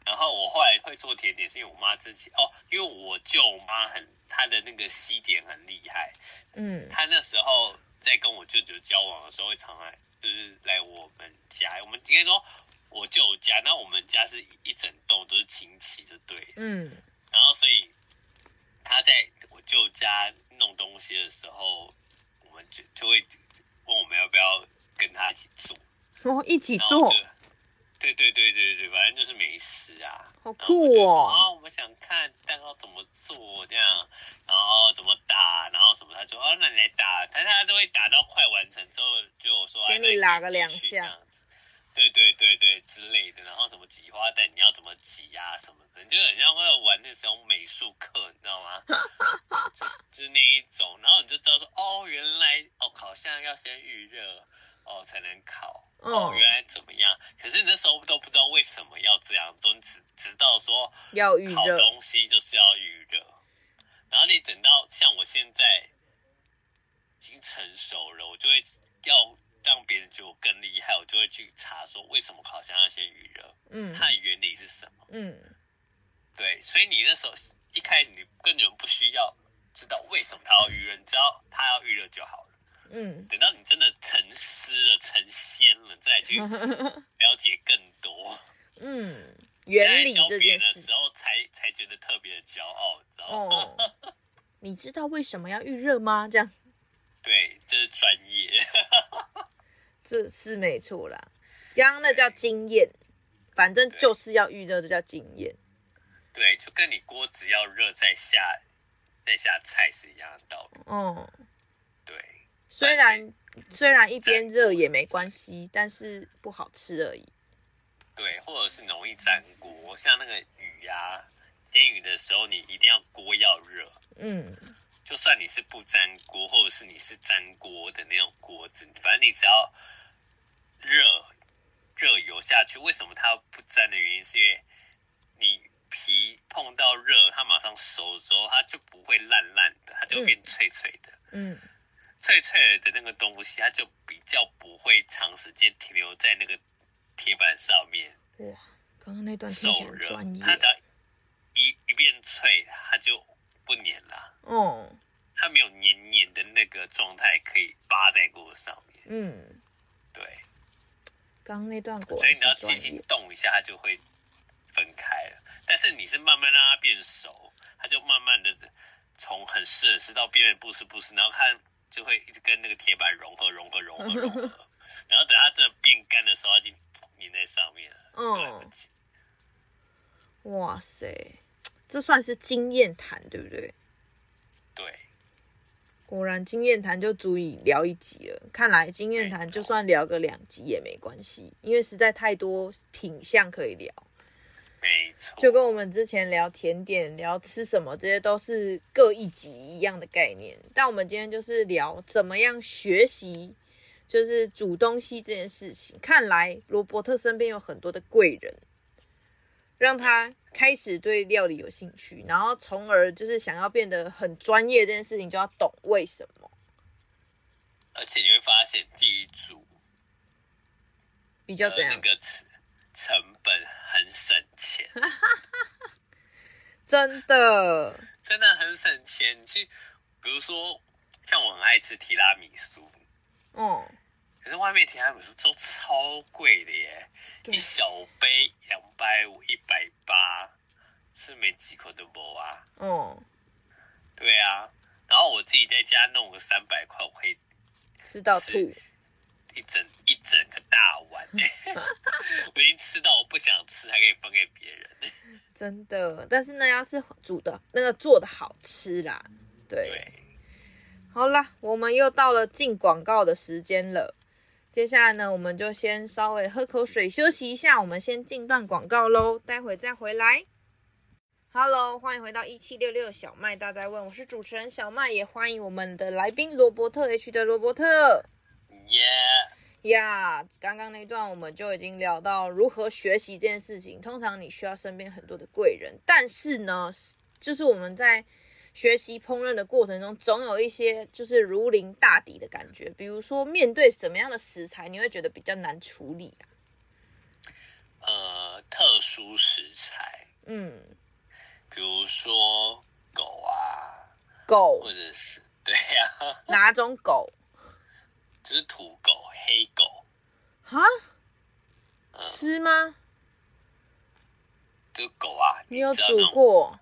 [SPEAKER 2] 然后我后来会做甜点，是因为我妈之前哦，因为我舅妈很她的那个西点很厉害，
[SPEAKER 1] 嗯，
[SPEAKER 2] 她那时候在跟我舅舅交往的时候，会常来就是来我们家，我们应该说我舅家，那我们家是一整栋都是亲戚，就对了。
[SPEAKER 1] 嗯，
[SPEAKER 2] 然后所以她在我舅家弄东西的时候，我们就就会问我们要不要跟她一起做，
[SPEAKER 1] 然后一起
[SPEAKER 2] 然后
[SPEAKER 1] 做
[SPEAKER 2] 就，对对对对对，反正就是美食啊。
[SPEAKER 1] 好
[SPEAKER 2] 然后我就
[SPEAKER 1] 酷
[SPEAKER 2] 说
[SPEAKER 1] 哦！
[SPEAKER 2] 啊，我想看蛋糕怎么做这样，然后怎么打，然后什么，他说啊，那你来打，但他都会打到快完成之后，就我说
[SPEAKER 1] 给
[SPEAKER 2] 哎
[SPEAKER 1] 你
[SPEAKER 2] 那
[SPEAKER 1] 拉
[SPEAKER 2] 可
[SPEAKER 1] 个
[SPEAKER 2] 以继
[SPEAKER 1] 两
[SPEAKER 2] 续
[SPEAKER 1] 下
[SPEAKER 2] 这样子对对对对之类的，然后什么挤花蛋，你要怎么挤啊什么的，你就很像会玩那种美术课，你知道吗？就是就是那一种，然后你就知道说哦，原来哦烤箱要先预热哦才能烤。哦，
[SPEAKER 1] 嗯
[SPEAKER 2] 原来怎么样？可是那时候都不知道为什么要这样做，你只直到说哦
[SPEAKER 1] 要预
[SPEAKER 2] 烤
[SPEAKER 1] 嗯热，
[SPEAKER 2] 东西就是要预热，然后你等到像我现在已经成熟了，我就会要让别人觉得我更厉害，我就会去查说为什么烤箱要先预热，
[SPEAKER 1] 嗯
[SPEAKER 2] 它的原理是什么。
[SPEAKER 1] 嗯，
[SPEAKER 2] 对，所以你那时候一开始你根本不需要知道为什么它要预热，你只要它要预热就好了。
[SPEAKER 1] 嗯，
[SPEAKER 2] 等到你真的成师了、成仙了，再来去了解更多。
[SPEAKER 1] 嗯，原理
[SPEAKER 2] 在教
[SPEAKER 1] 这
[SPEAKER 2] 别
[SPEAKER 1] 件
[SPEAKER 2] 人的
[SPEAKER 1] 事
[SPEAKER 2] 时
[SPEAKER 1] 情。
[SPEAKER 2] 候才才觉得特别的骄傲，你知道吗？
[SPEAKER 1] 哦， 你知道为什么要预热吗？这样，
[SPEAKER 2] 对，这是专业。
[SPEAKER 1] 这是没错啦。刚刚那叫经验，反正就是要预热，这叫经验。
[SPEAKER 2] 对，就跟你锅子要热再下再下菜是一样的道理。
[SPEAKER 1] 哦，
[SPEAKER 2] 对，
[SPEAKER 1] 虽
[SPEAKER 2] 嗯
[SPEAKER 1] 然虽然一边热也没关系，但是不好吃而已。
[SPEAKER 2] 对，或者是容易粘锅，像那个鱼啊，煎鱼的时候你一定要锅要热，
[SPEAKER 1] 嗯
[SPEAKER 2] 就算你是不粘锅，或者是你是粘锅的那种锅子，反正你只要热热油下去，为什么它不粘的原因是因为你皮碰到热，它马上熟之后，它就不会烂烂的，它就变脆脆的。
[SPEAKER 1] 嗯
[SPEAKER 2] 脆脆的那个东西，它就比较不会长时间停留在那个铁板上面
[SPEAKER 1] 哇，刚刚那段听
[SPEAKER 2] 受
[SPEAKER 1] 起来很
[SPEAKER 2] 热
[SPEAKER 1] 专，业。
[SPEAKER 2] 它只要一一变脆，它就不粘啦。
[SPEAKER 1] 哦，
[SPEAKER 2] 它没有黏黏的那个状态可以扒在锅上面。
[SPEAKER 1] 嗯，
[SPEAKER 2] 对，
[SPEAKER 1] 刚刚那段果
[SPEAKER 2] 所
[SPEAKER 1] 然
[SPEAKER 2] 以你只要
[SPEAKER 1] 是
[SPEAKER 2] 轻
[SPEAKER 1] 专
[SPEAKER 2] 轻
[SPEAKER 1] 业。
[SPEAKER 2] 动一下，它就会分开了。但是你是慢慢让它变熟，它就慢慢的从很湿很湿到变得不湿不湿，然后它就会一直跟那个铁板融合融合融合融合，然后等它真的变干的时候，它已经粘在上面了，就来不
[SPEAKER 1] 嗯，
[SPEAKER 2] 及。
[SPEAKER 1] 哇塞，这算是经验谈，对不对？
[SPEAKER 2] 对，
[SPEAKER 1] 果然经验谈就足以聊一集了。看来经验谈就算聊个两集也没关系，因为实在太多品相可以聊。
[SPEAKER 2] 没错，
[SPEAKER 1] 就跟我们之前聊甜点、聊吃什么，这些都是各一集一样的概念。但我们今天就是聊怎么样学习，就是煮东西这件事情。看来罗伯特身边有很多的贵人，让他开始对料理有兴趣，然后从而就是想要变得很专业这件事情，就要懂为什么。
[SPEAKER 2] 而且你会发现第一组
[SPEAKER 1] 比较
[SPEAKER 2] 呃
[SPEAKER 1] 怎样
[SPEAKER 2] 那？个成成本很省钱。
[SPEAKER 1] 真的，
[SPEAKER 2] 真的很省钱。你去，比如说，像我很爱吃提拉米苏，
[SPEAKER 1] 嗯，
[SPEAKER 2] 可是外面提拉米苏都超贵的耶，
[SPEAKER 1] 对
[SPEAKER 2] 一小杯两百五、一百八，是没几口都没啊。
[SPEAKER 1] 嗯，
[SPEAKER 2] 对啊，然后我自己在家弄个三百块，我可以
[SPEAKER 1] 吃到吐
[SPEAKER 2] 吃。一整一整个大 碗耶，我已经吃到我不想吃，还可以分给别人。
[SPEAKER 1] 真的，但是呢，要是煮的那个做的好吃啦，对，
[SPEAKER 2] 对，
[SPEAKER 1] 好啦，我们又到了进广告的时间了。接下来呢，我们就先稍微喝口水休息一下，我们先进段广告喽，待会再回来。Hello，欢迎回到一七六六小麦大在问，我是主持人小麦，也欢迎我们的来宾罗伯特 H 的罗伯特。
[SPEAKER 2] 耶、
[SPEAKER 1] 呀刚刚那段我们就已经聊到如何学习这件事情。通常你需要身边很多的贵人，但是呢，就是我们在学习烹饪的过程中，总有一些就是如临大敌的感觉。比如说，面对什么样的食材，你会觉得比较难处理啊？
[SPEAKER 2] 呃，特殊食材，
[SPEAKER 1] 嗯，
[SPEAKER 2] 比如说狗啊，
[SPEAKER 1] 狗
[SPEAKER 2] 或者是对呀、
[SPEAKER 1] 哪种狗？
[SPEAKER 2] 就是土狗、黑狗，
[SPEAKER 1] 哈？
[SPEAKER 2] 呃
[SPEAKER 1] 吃吗？
[SPEAKER 2] 就是狗啊，
[SPEAKER 1] 你有
[SPEAKER 2] 知道那
[SPEAKER 1] 煮
[SPEAKER 2] 种
[SPEAKER 1] 过？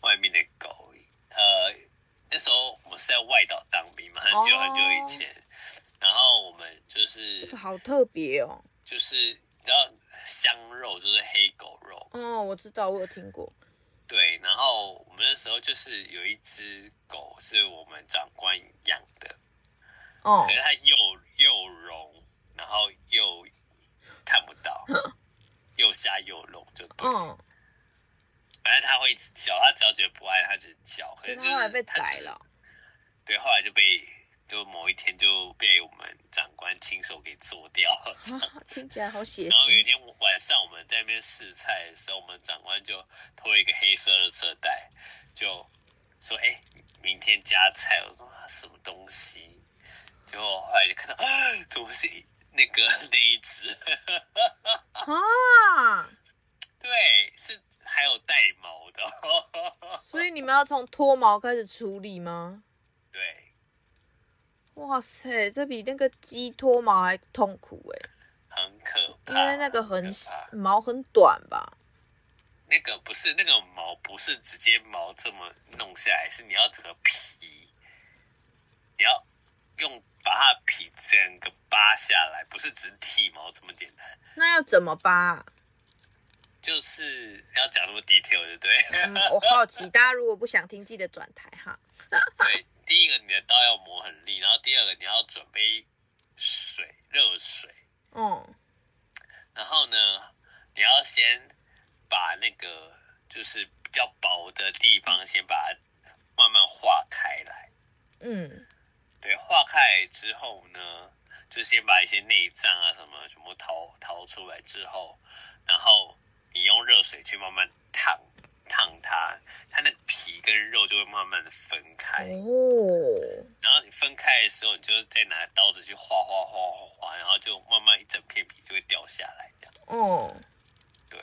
[SPEAKER 2] 外面的狗，呃，那时候我是在外岛当兵嘛，很久
[SPEAKER 1] 哦
[SPEAKER 2] 很久以前，然后我们就是
[SPEAKER 1] 这个好特别哦。
[SPEAKER 2] 就是你知道香肉就是黑狗肉，
[SPEAKER 1] 哦，我知道，我有听过。
[SPEAKER 2] 对，然后我们那时候就是有一只狗是我们长官养的，
[SPEAKER 1] 哦
[SPEAKER 2] 可是它又又聋，然后又看不到， 又瞎又聋就对，
[SPEAKER 1] 嗯，
[SPEAKER 2] 反正它会一直叫，它只要觉得不爱它就叫，可
[SPEAKER 1] 所以
[SPEAKER 2] 是
[SPEAKER 1] 它
[SPEAKER 2] 就是
[SPEAKER 1] 后来被
[SPEAKER 2] 它就
[SPEAKER 1] 宰
[SPEAKER 2] 是
[SPEAKER 1] 了。
[SPEAKER 2] 对，后来就被就某一天就被我们长官亲手给做掉。这样
[SPEAKER 1] 啊， 听起来好血
[SPEAKER 2] 然后有一
[SPEAKER 1] 腥。
[SPEAKER 2] 天晚上我们在那边试菜的时候，我们长官就拖一个黑色的车袋，就说：“哎、明天加菜。”我说：“啊，什么东西？”结果后来就看到，啊、怎么是一那个那一只？
[SPEAKER 1] 啊，
[SPEAKER 2] 对，是还有带毛的。
[SPEAKER 1] 所以你们要从脱毛开始处理吗？
[SPEAKER 2] 对，
[SPEAKER 1] 哇塞，这比那个鸡脱毛还痛苦哎、
[SPEAKER 2] 很可怕。
[SPEAKER 1] 因为那个很
[SPEAKER 2] 可怕
[SPEAKER 1] 毛很短吧？
[SPEAKER 2] 那个不是那个毛，不是直接毛这么弄下来，是你要整个皮，你要用把它皮整个扒下来，不是只剃毛这么简单，
[SPEAKER 1] 那要怎么扒？
[SPEAKER 2] 就是要讲那么 detail，对不对？
[SPEAKER 1] 嗯，我好奇，大家如果不想听，记得转台哈。
[SPEAKER 2] 对，第一个你的刀要磨很利，然后第二个你要准备水，热水，
[SPEAKER 1] 嗯，
[SPEAKER 2] 然后呢，你要先把那个就是比较薄的地方先把它慢慢化开来。
[SPEAKER 1] 嗯，
[SPEAKER 2] 对，化开来之后呢，就先把一些内脏啊什么全部掏掏出来之后，然后你用热水去慢慢烫烫它，它的皮跟肉就会慢慢的分开。
[SPEAKER 1] 哦，
[SPEAKER 2] 然后你分开的时候，你就再拿刀子去划划划划划，然后就慢慢一整片皮就会掉下来，这样
[SPEAKER 1] 哦，
[SPEAKER 2] 对。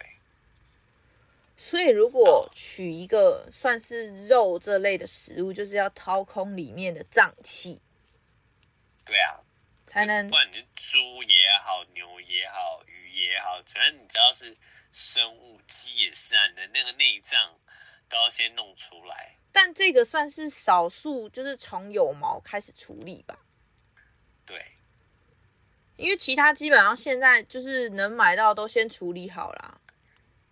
[SPEAKER 1] 所以如果取一个算是肉这类的食物，就是要掏空里面的脏器，
[SPEAKER 2] 对啊，
[SPEAKER 1] 才能
[SPEAKER 2] 不然你是猪也好，牛也好，鱼也好，反正你只要是生物，鸡也是啊，你的那个内脏都要先弄出来。
[SPEAKER 1] 但这个算是少数，就是从有毛开始处理吧，
[SPEAKER 2] 对，
[SPEAKER 1] 因为其他基本上现在就是能买到都先处理好啦。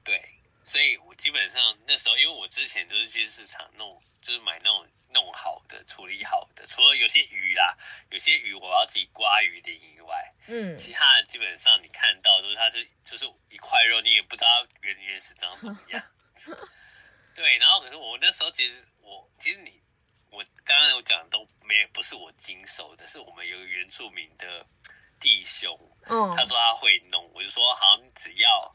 [SPEAKER 2] 对，所以我基本上那时候，因为我之前就是去市场弄，就是买那种弄好的、处理好的，除了有些鱼啦，有些鱼我要自己刮鱼鳞以外，
[SPEAKER 1] 嗯，
[SPEAKER 2] 其他的基本上你看到都是它是就是一块肉，你也不知道它原原始长怎么样。对，然后可是我那时候其实我其实你我刚刚有讲都没有不是我经手的，是我们有个原住民的弟兄，
[SPEAKER 1] 嗯
[SPEAKER 2] 他说他会弄，我就说好，你只要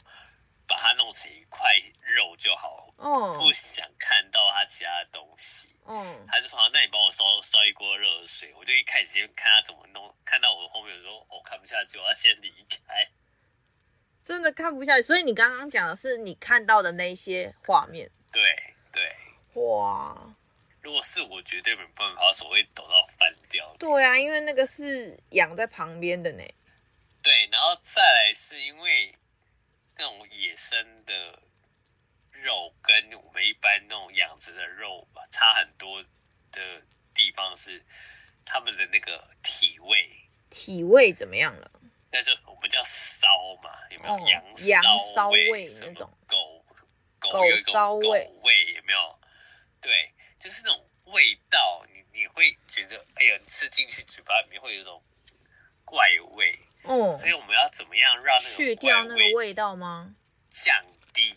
[SPEAKER 2] 把它弄成一块肉就好，
[SPEAKER 1] 嗯
[SPEAKER 2] 不想看到它其他的东西。
[SPEAKER 1] 嗯，
[SPEAKER 2] 他就说好，那你帮我烧烧一锅热水。我就一开始先看他怎么弄，看到我后面我说我、哦看不下去，我要先离开。
[SPEAKER 1] 真的看不下去。所以你刚刚讲的是你看到的那些画面，
[SPEAKER 2] 对对，
[SPEAKER 1] 哇，
[SPEAKER 2] 如果是我绝对没办法，手会抖到翻掉。
[SPEAKER 1] 对啊，因为那个是养在旁边的呢。
[SPEAKER 2] 对，然后再来是因为那种野生的肉跟我们一般那种养殖的肉吧，差很多的地方是它们的那个体味，
[SPEAKER 1] 体味怎么样了？
[SPEAKER 2] 那就我们叫骚嘛，有没有？
[SPEAKER 1] 哦
[SPEAKER 2] 羊
[SPEAKER 1] 羊
[SPEAKER 2] 骚
[SPEAKER 1] 骚
[SPEAKER 2] 味
[SPEAKER 1] 味
[SPEAKER 2] 什么
[SPEAKER 1] 那种
[SPEAKER 2] 狗
[SPEAKER 1] 狗
[SPEAKER 2] 有一种
[SPEAKER 1] 骚
[SPEAKER 2] 狗
[SPEAKER 1] 味
[SPEAKER 2] 味有没有？对，就是那种味道，你你会觉得，哎呀，吃进去嘴巴里面会有一种怪味，
[SPEAKER 1] 哦，
[SPEAKER 2] 所以我们要怎么样让那个
[SPEAKER 1] 去掉那
[SPEAKER 2] 怪
[SPEAKER 1] 个味道吗？
[SPEAKER 2] 降低，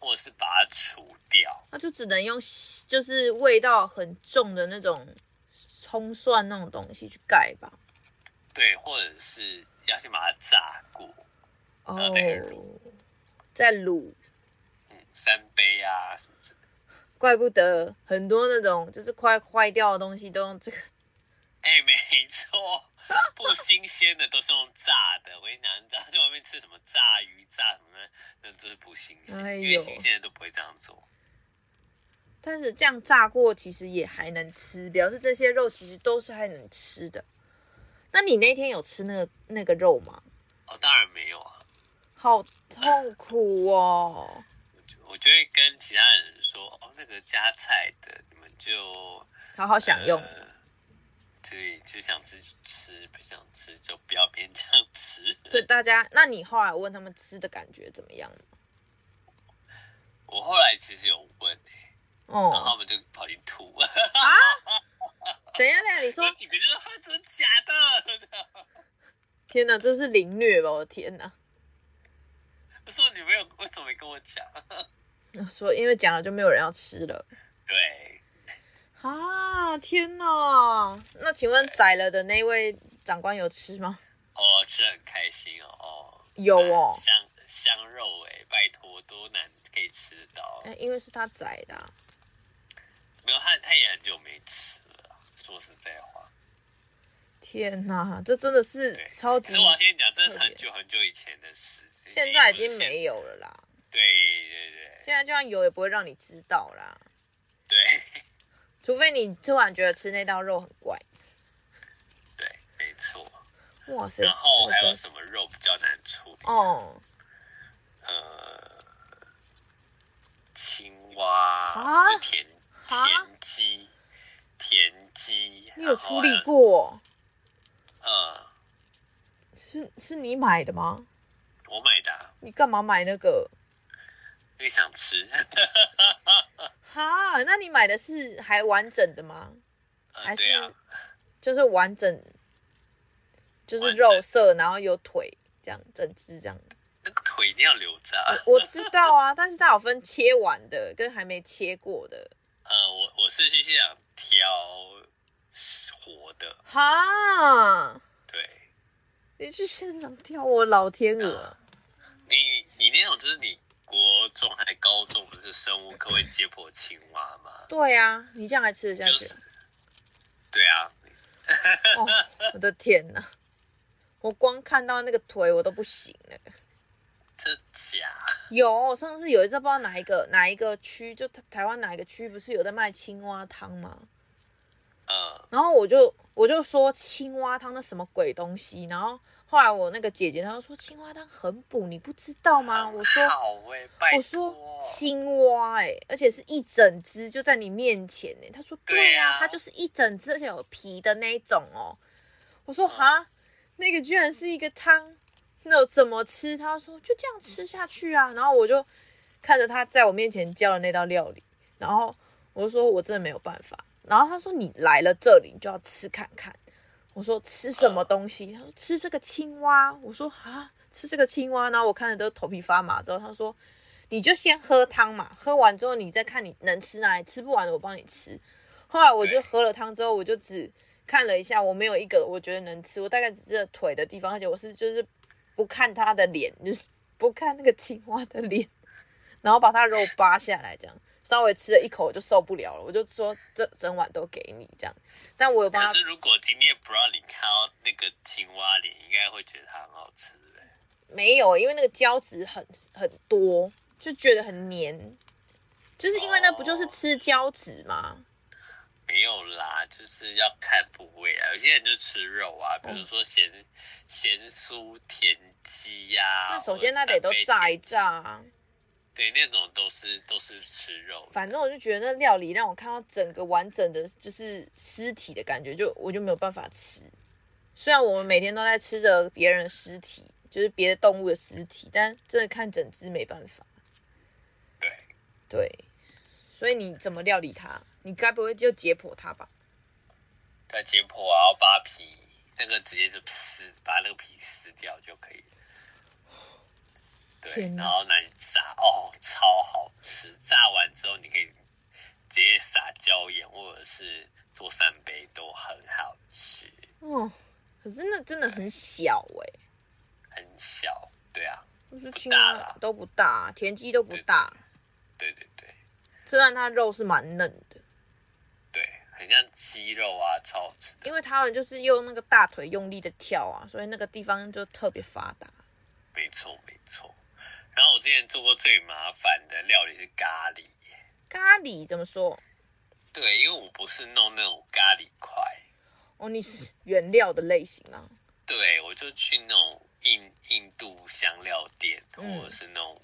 [SPEAKER 2] 或者是把它除掉？
[SPEAKER 1] 那就只能用就是味道很重的那种葱蒜那种东西去盖吧。
[SPEAKER 2] 对，或者是要先把它炸过，
[SPEAKER 1] 哦
[SPEAKER 2] 后再卤，
[SPEAKER 1] 再卤，
[SPEAKER 2] 嗯，三杯啊什么之类的。
[SPEAKER 1] 怪不得很多那种就是快坏掉的东西都用这个。
[SPEAKER 2] 哎，没错，不新鲜的都是用炸的。我跟你讲，你知道在外面吃什么炸鱼、炸什么的，那都是不新鲜，
[SPEAKER 1] 哎呦
[SPEAKER 2] 因为新鲜的都不会这样做。
[SPEAKER 1] 但是这样炸过其实也还能吃，表示这些肉其实都是还能吃的。那你那天有吃那个那个肉吗？
[SPEAKER 2] 哦，当然没有啊。
[SPEAKER 1] 好痛苦哦！
[SPEAKER 2] 我就我就会跟其他人说，哦，那个加菜的，你们就
[SPEAKER 1] 好好享用，
[SPEAKER 2] 呃对，就想吃就吃，不想吃就不要勉强吃。
[SPEAKER 1] 所以大家，那你后来问他们吃的感觉怎么样呢？
[SPEAKER 2] 我后来其实有问、欸，
[SPEAKER 1] 哦
[SPEAKER 2] 然后他们就跑去吐，
[SPEAKER 1] 啊！等一下，等一下，你说
[SPEAKER 2] 有几个就说，啊，真的假的？
[SPEAKER 1] 天哪，这是凌虐吧？我的天哪！
[SPEAKER 2] 我说你没有，为什么没跟我讲？
[SPEAKER 1] 说因为讲了就没有人要吃了
[SPEAKER 2] 对，
[SPEAKER 1] 啊！天哪！那请问宰了的那位长官有吃吗？
[SPEAKER 2] 哦，吃得很开心哦，哦
[SPEAKER 1] 有哦
[SPEAKER 2] 香香肉哎、拜托，多难可以吃得到？
[SPEAKER 1] 哎，因为是他宰的啊、
[SPEAKER 2] 没有，他他也很久没吃了啊，说实在话。
[SPEAKER 1] 天哪，这真的是
[SPEAKER 2] 对
[SPEAKER 1] 超
[SPEAKER 2] 可
[SPEAKER 1] 级
[SPEAKER 2] 是，我要跟你讲，这是很久很久以前的事，
[SPEAKER 1] 现在已经
[SPEAKER 2] 有。
[SPEAKER 1] 没有了啦。
[SPEAKER 2] 对对对
[SPEAKER 1] 现在就算有，也不会让你知道啦。
[SPEAKER 2] 对
[SPEAKER 1] 除非你突然觉得吃那道肉很怪。
[SPEAKER 2] 对，没错。
[SPEAKER 1] 哇塞！
[SPEAKER 2] 然后
[SPEAKER 1] 这个
[SPEAKER 2] 还有
[SPEAKER 1] 真
[SPEAKER 2] 什么肉比较难处理？
[SPEAKER 1] 哦
[SPEAKER 2] 呃，青蛙
[SPEAKER 1] 啊
[SPEAKER 2] 就田
[SPEAKER 1] 啊
[SPEAKER 2] 田鸡，田鸡。
[SPEAKER 1] 你有
[SPEAKER 2] 然后
[SPEAKER 1] 处
[SPEAKER 2] 还
[SPEAKER 1] 理？过？
[SPEAKER 2] 呃，
[SPEAKER 1] 是是你买的吗？
[SPEAKER 2] 我买的啊，
[SPEAKER 1] 你干嘛买那个？
[SPEAKER 2] 因为想 吃。呃
[SPEAKER 1] 哈，那你买的是还完整的吗？还
[SPEAKER 2] 呃，
[SPEAKER 1] 是
[SPEAKER 2] 对啊，
[SPEAKER 1] 就是完整，就是
[SPEAKER 2] 完整
[SPEAKER 1] 肉色，然后有腿这样，整只这样。
[SPEAKER 2] 那个腿一定要留着啊。
[SPEAKER 1] 我知道啊，但是它有分切完的跟还没切过的。
[SPEAKER 2] 呃，我我是去现场挑活的，
[SPEAKER 1] 哈，
[SPEAKER 2] 对。
[SPEAKER 1] 你去现场跳，我老天
[SPEAKER 2] 嗯
[SPEAKER 1] 鹅！
[SPEAKER 2] 你你那种就是你国中还高中不是生物课会解剖青蛙吗？
[SPEAKER 1] 对啊，你这样还吃得下去？
[SPEAKER 2] 就是，对啊，
[SPEAKER 1] 哦，我的天哪！我光看到那个腿我都不行了。
[SPEAKER 2] 真假？
[SPEAKER 1] 有上次有一次不知道哪一个哪一个区，就台台湾哪一个区不是有在卖青蛙汤吗？
[SPEAKER 2] 呃，
[SPEAKER 1] 然后我就我就说青蛙汤那什么鬼东西，然后后来我那个姐姐她就说青蛙汤很补，你不知道吗？我说
[SPEAKER 2] 好哎、拜托
[SPEAKER 1] 我说青蛙哎、而且是一整只就在你面前哎、她说
[SPEAKER 2] 对
[SPEAKER 1] 对呀、
[SPEAKER 2] 啊
[SPEAKER 1] 它就是一整只，而且有皮的那一种哦。我
[SPEAKER 2] 嗯
[SPEAKER 1] 说哈，那个居然是一个汤，那我怎么吃？她说就这样吃下去啊。然后我就看着她在我面前教的那道料理，然后我就说我真的没有办法。然后他说你来了这里你就要吃看看。我说吃什么东
[SPEAKER 2] 嗯
[SPEAKER 1] 西？他说吃这个青蛙。我说啊，吃这个青蛙。然后我看着都头皮发麻。之后他说你就先喝汤嘛，喝完之后你再看你能吃哪里，吃不完的我帮你吃。后来我就
[SPEAKER 2] 对
[SPEAKER 1] 喝了汤之后，我就只看了一下，我没有一个我觉得能吃，我大概只是腿的地方，而且我是就是不看他的脸，就是不看那个青蛙的脸，然后把它肉扒下来，这样稍微吃了一口我就受不了了，我就说这整碗都给你这样，但我有帮
[SPEAKER 2] 可
[SPEAKER 1] 他
[SPEAKER 2] 是如果今天不让你看到那个青蛙脸，应该会觉得它很好吃的、
[SPEAKER 1] 没有，欸因为那个胶质很很多，就觉得很黏，就是因为那不
[SPEAKER 2] 哦
[SPEAKER 1] 就是吃胶质吗？
[SPEAKER 2] 没有啦，就是要看部位啊。有些人就吃肉啊，
[SPEAKER 1] 嗯
[SPEAKER 2] 比如说咸咸酥田鸡啊呀、
[SPEAKER 1] 那首先它得都炸一炸、啊，
[SPEAKER 2] 或者是三杯田鸡，对，那种都是都是吃肉的。
[SPEAKER 1] 反正我就觉得那料理让我看到整个完整的就是尸体的感觉，就我就没有办法吃。虽然我们每天都在吃着别人的尸体，就是别的动物的尸体，但真的看整只没办法。
[SPEAKER 2] 对，
[SPEAKER 1] 对，所以你怎么料理它？你该不会就解剖它吧？
[SPEAKER 2] 对，解剖啊，然后扒皮，那个直接就撕，把那个皮撕掉就可以了。对
[SPEAKER 1] 天，哪
[SPEAKER 2] 然后拿去炸，哦，超好吃！炸完之后，你可以直接撒椒盐，或者是做扇贝，都很好吃，
[SPEAKER 1] 哦，可是那真的很小哎、
[SPEAKER 2] 很小。对啊，
[SPEAKER 1] 就是青蛙都不大，啊田鸡都不大，啊
[SPEAKER 2] 对对对
[SPEAKER 1] 虽然它肉是蛮嫩的，
[SPEAKER 2] 对，很像鸡肉啊，超好吃的，
[SPEAKER 1] 因为他们就是用那个大腿用力的跳啊，所以那个地方就特别发达。
[SPEAKER 2] 没错没错。然后我之前做过最麻烦的料理是咖喱，
[SPEAKER 1] 咖喱怎么说？
[SPEAKER 2] 对，因为我不是弄那种咖喱块，
[SPEAKER 1] 哦，你是原料的类型啊？
[SPEAKER 2] 对，我就去那种印印度香料店，或
[SPEAKER 1] 嗯
[SPEAKER 2] 者是那种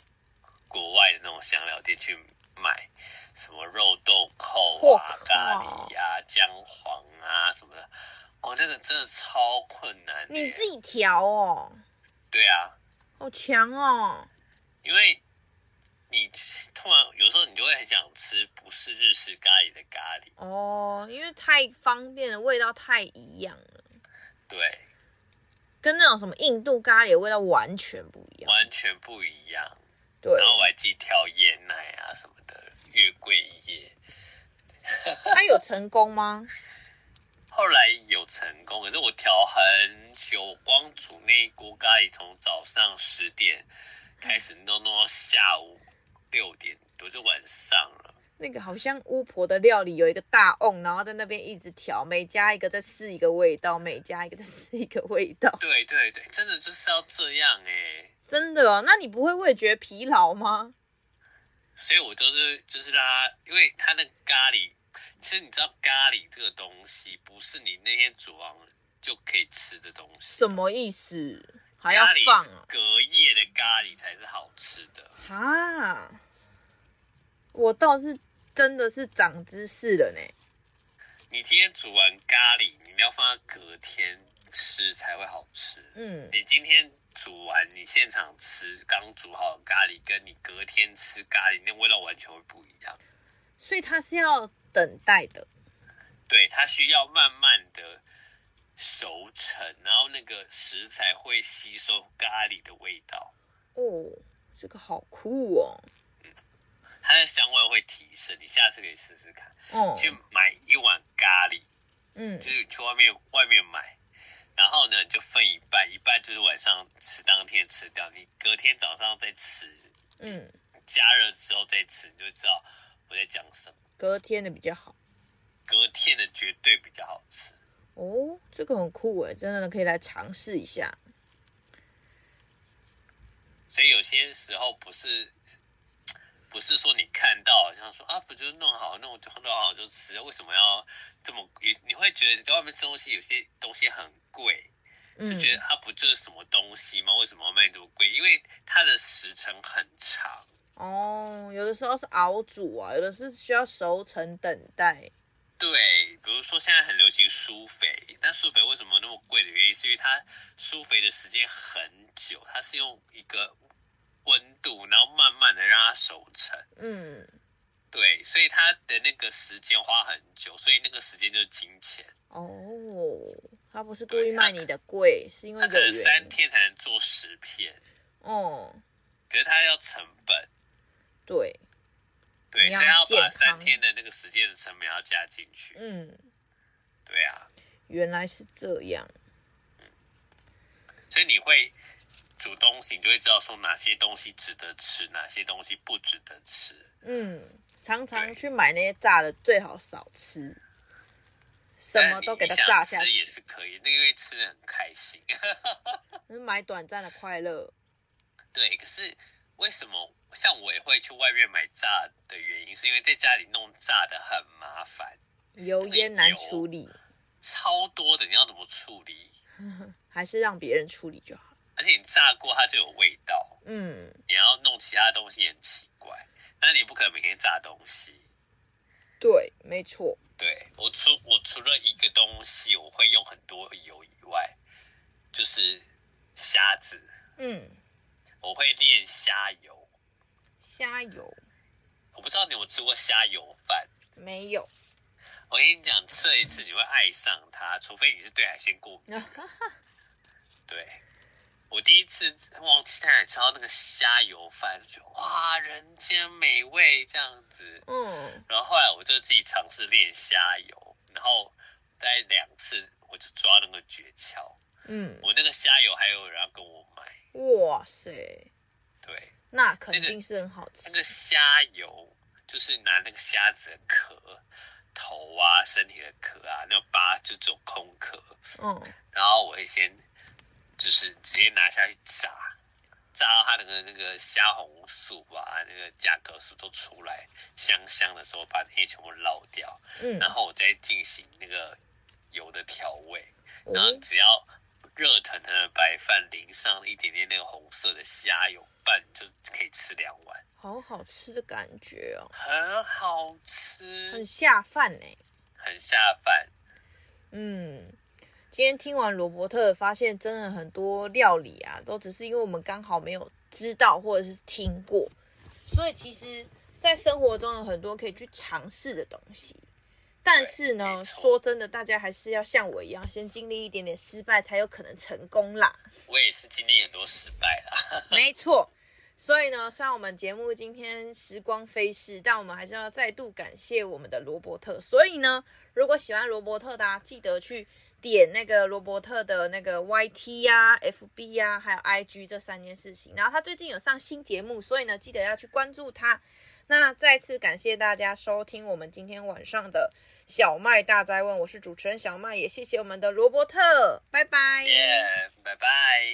[SPEAKER 2] 国外的那种香料店去买什么肉豆蔻
[SPEAKER 1] 我
[SPEAKER 2] 啊、
[SPEAKER 1] 靠
[SPEAKER 2] 咖喱啊、姜黄啊什么的。哦，那个真的超困难的耶。
[SPEAKER 1] 你自己调哦，
[SPEAKER 2] 对啊，
[SPEAKER 1] 好强哦！
[SPEAKER 2] 因为你突然有时候你就会很想吃不是日式咖喱的咖喱，
[SPEAKER 1] 哦，因为太方便了，味道太一样了，
[SPEAKER 2] 对，
[SPEAKER 1] 跟那种什么印度咖喱的味道完全不一样。
[SPEAKER 2] 完全不一样。
[SPEAKER 1] 对，
[SPEAKER 2] 然后我还自己挑椰奶啊什么的，月桂叶。
[SPEAKER 1] 它有成功吗？
[SPEAKER 2] 后来有成功，可是我调很久，我光煮那一锅咖喱，从早上十点开始弄弄到下午六点多，就晚上了。
[SPEAKER 1] 那个好像巫婆的料理有一个大瓮，然后在那边一直调，每加一个再试一个味道，每加一个再试一个味道，
[SPEAKER 2] 对对对，真的就是要这样哎、
[SPEAKER 1] 真的哦。那你不会味觉疲劳吗？
[SPEAKER 2] 所以我就是就是让它，因为它那个咖喱，其实你知道咖喱这个东西不是你那天煮完就可以吃的东西，
[SPEAKER 1] 什么意思？还要
[SPEAKER 2] 咖喱
[SPEAKER 1] 放
[SPEAKER 2] 是
[SPEAKER 1] 哦？
[SPEAKER 2] 隔夜的咖喱才是好吃的。
[SPEAKER 1] 哈，我倒是真的是长知识了呢。
[SPEAKER 2] 你今天煮完咖喱，你一定要放到隔天吃才会好吃。
[SPEAKER 1] 嗯，
[SPEAKER 2] 你今天煮完，你现场吃刚煮好的咖喱，跟你隔天吃咖喱，那味道完全会不一样。
[SPEAKER 1] 所以它是要等待的。
[SPEAKER 2] 对，它需要慢慢的熟成，然后那个食材会吸收咖喱的味道，
[SPEAKER 1] 哦，这个好酷哦！
[SPEAKER 2] 它的香味会提升。你下次可以试试看，
[SPEAKER 1] 哦，
[SPEAKER 2] 去买一碗咖喱，
[SPEAKER 1] 嗯
[SPEAKER 2] 就，是去外面外面买，然后呢你就分一半，一半就是晚上吃当天吃掉，你隔天早上再吃，
[SPEAKER 1] 嗯，
[SPEAKER 2] 加热之后再吃，你就知道我在讲什么。
[SPEAKER 1] 隔天的比较好。
[SPEAKER 2] 隔天的绝对比较好吃。
[SPEAKER 1] 哦，这个很酷哎，真的可以来尝试一下。
[SPEAKER 2] 所以有些时候不是不是说你看到好像说啊，不就是弄好弄就弄好就吃，为什么要这么？你你会觉得在外面吃东西有些东西很贵，
[SPEAKER 1] 嗯
[SPEAKER 2] 就觉得啊，不就是什么东西吗？为什么要卖这么贵？因为它的时程很长。
[SPEAKER 1] 哦，有的时候是熬煮啊，有的是需要熟成等待。
[SPEAKER 2] 对，比如说现在很流行苏肥，但苏肥为什么那么贵的原因，是因为它苏肥的时间很久，它是用一个温度，然后慢慢的让它熟成。
[SPEAKER 1] 嗯，
[SPEAKER 2] 对，所以它的那个时间花很久，所以那个时间就是金钱。
[SPEAKER 1] 哦，他不是故意卖你的贵，是因为
[SPEAKER 2] 它哎可
[SPEAKER 1] 有
[SPEAKER 2] 能三
[SPEAKER 1] 缘。
[SPEAKER 2] 天才能做十片，
[SPEAKER 1] 哦，
[SPEAKER 2] 可是它要成本，
[SPEAKER 1] 对，
[SPEAKER 2] 对，
[SPEAKER 1] 你要
[SPEAKER 2] 所以它要把
[SPEAKER 1] 健康
[SPEAKER 2] 三天的那个时间的成本要加进去。
[SPEAKER 1] 嗯，
[SPEAKER 2] 对啊，
[SPEAKER 1] 原来是这样。
[SPEAKER 2] 所以你会煮东西，你就会知道说哪些东西值得吃，哪些东西不值得吃。
[SPEAKER 1] 嗯，常常
[SPEAKER 2] 对
[SPEAKER 1] 去买那些炸的，最好少吃，什么都给它炸
[SPEAKER 2] 但
[SPEAKER 1] 下
[SPEAKER 2] 哎你想吃也
[SPEAKER 1] 去，
[SPEAKER 2] 是可以，那因为吃的很开心。
[SPEAKER 1] 就是买短暂的快乐。
[SPEAKER 2] 对，可是为什么像我也会去外面买炸的原因，是因为在家里弄炸的很麻烦。
[SPEAKER 1] 油烟难处
[SPEAKER 2] 哎
[SPEAKER 1] 理，
[SPEAKER 2] 超多的，你要怎么处理？
[SPEAKER 1] 还是让别人处理就好。
[SPEAKER 2] 而且你炸过它就有味道，
[SPEAKER 1] 嗯，
[SPEAKER 2] 你要弄其他东西也很奇怪。但你不可能每天炸东西。
[SPEAKER 1] 对，没错。
[SPEAKER 2] 对我除我除了一个东西我会用很多油以外，就是虾子，
[SPEAKER 1] 嗯，
[SPEAKER 2] 我会练虾油。
[SPEAKER 1] 虾油
[SPEAKER 2] 我不知道你有没有吃过虾油饭，
[SPEAKER 1] 没有，
[SPEAKER 2] 我跟你讲，吃了一次你会爱上它，除非你是对海鲜过敏。对，我第一次忘记在哪里吃到那个虾油饭，就觉得哇，人间美味这样子。
[SPEAKER 1] 嗯，
[SPEAKER 2] 然后后来我就自己尝试练虾油，然后在两次我就抓那个诀窍。
[SPEAKER 1] 嗯，
[SPEAKER 2] 我那个虾油还有人要跟我买，
[SPEAKER 1] 哇塞，
[SPEAKER 2] 对，
[SPEAKER 1] 那肯定是很好吃
[SPEAKER 2] 那。个虾油就是拿那个虾子的壳、头啊、身体的壳啊，那个疤就只有空壳，
[SPEAKER 1] 嗯，
[SPEAKER 2] 然后我会先就是直接拿下去炸，炸到它那个那个虾红素啊、那个甲壳素都出来，香香的时候把那些全部捞掉，
[SPEAKER 1] 嗯
[SPEAKER 2] 然后我再进行那个油的调味，
[SPEAKER 1] 哦
[SPEAKER 2] 然后只要热腾腾的白饭淋上一点点那个红色的虾油拌，就可以吃两碗，
[SPEAKER 1] 好好吃的感觉哦，
[SPEAKER 2] 很好
[SPEAKER 1] 很
[SPEAKER 2] 吃，
[SPEAKER 1] 下饭欸呢。
[SPEAKER 2] 很下饭。
[SPEAKER 1] 嗯，今天听完罗伯特，发现真的很多料理啊，都只是因为我们刚好没有知道或者是听过，所以其实，在生活中有很多可以去尝试的东西。但是呢，
[SPEAKER 2] 没错
[SPEAKER 1] 说真的，大家还是要像我一样，先经历一点点失败，才有可能成功啦。
[SPEAKER 2] 我也是经历很多失败啦，
[SPEAKER 1] 没错。所以呢，虽然我们节目今天时光飞逝，但我们还是要再度感谢我们的罗伯特。所以呢，如果喜欢罗伯特的、啊，记得去点那个罗伯特的那个 YT 呀、FB 呀、还有 IG 这三件事情。然后他最近有上新节目，所以呢，记得要去关注他。那再次感谢大家收听我们今天晚上的小麦嗯大灾问，我是主持人小麦，也谢谢我们的罗伯特，拜拜。
[SPEAKER 2] 耶、拜拜。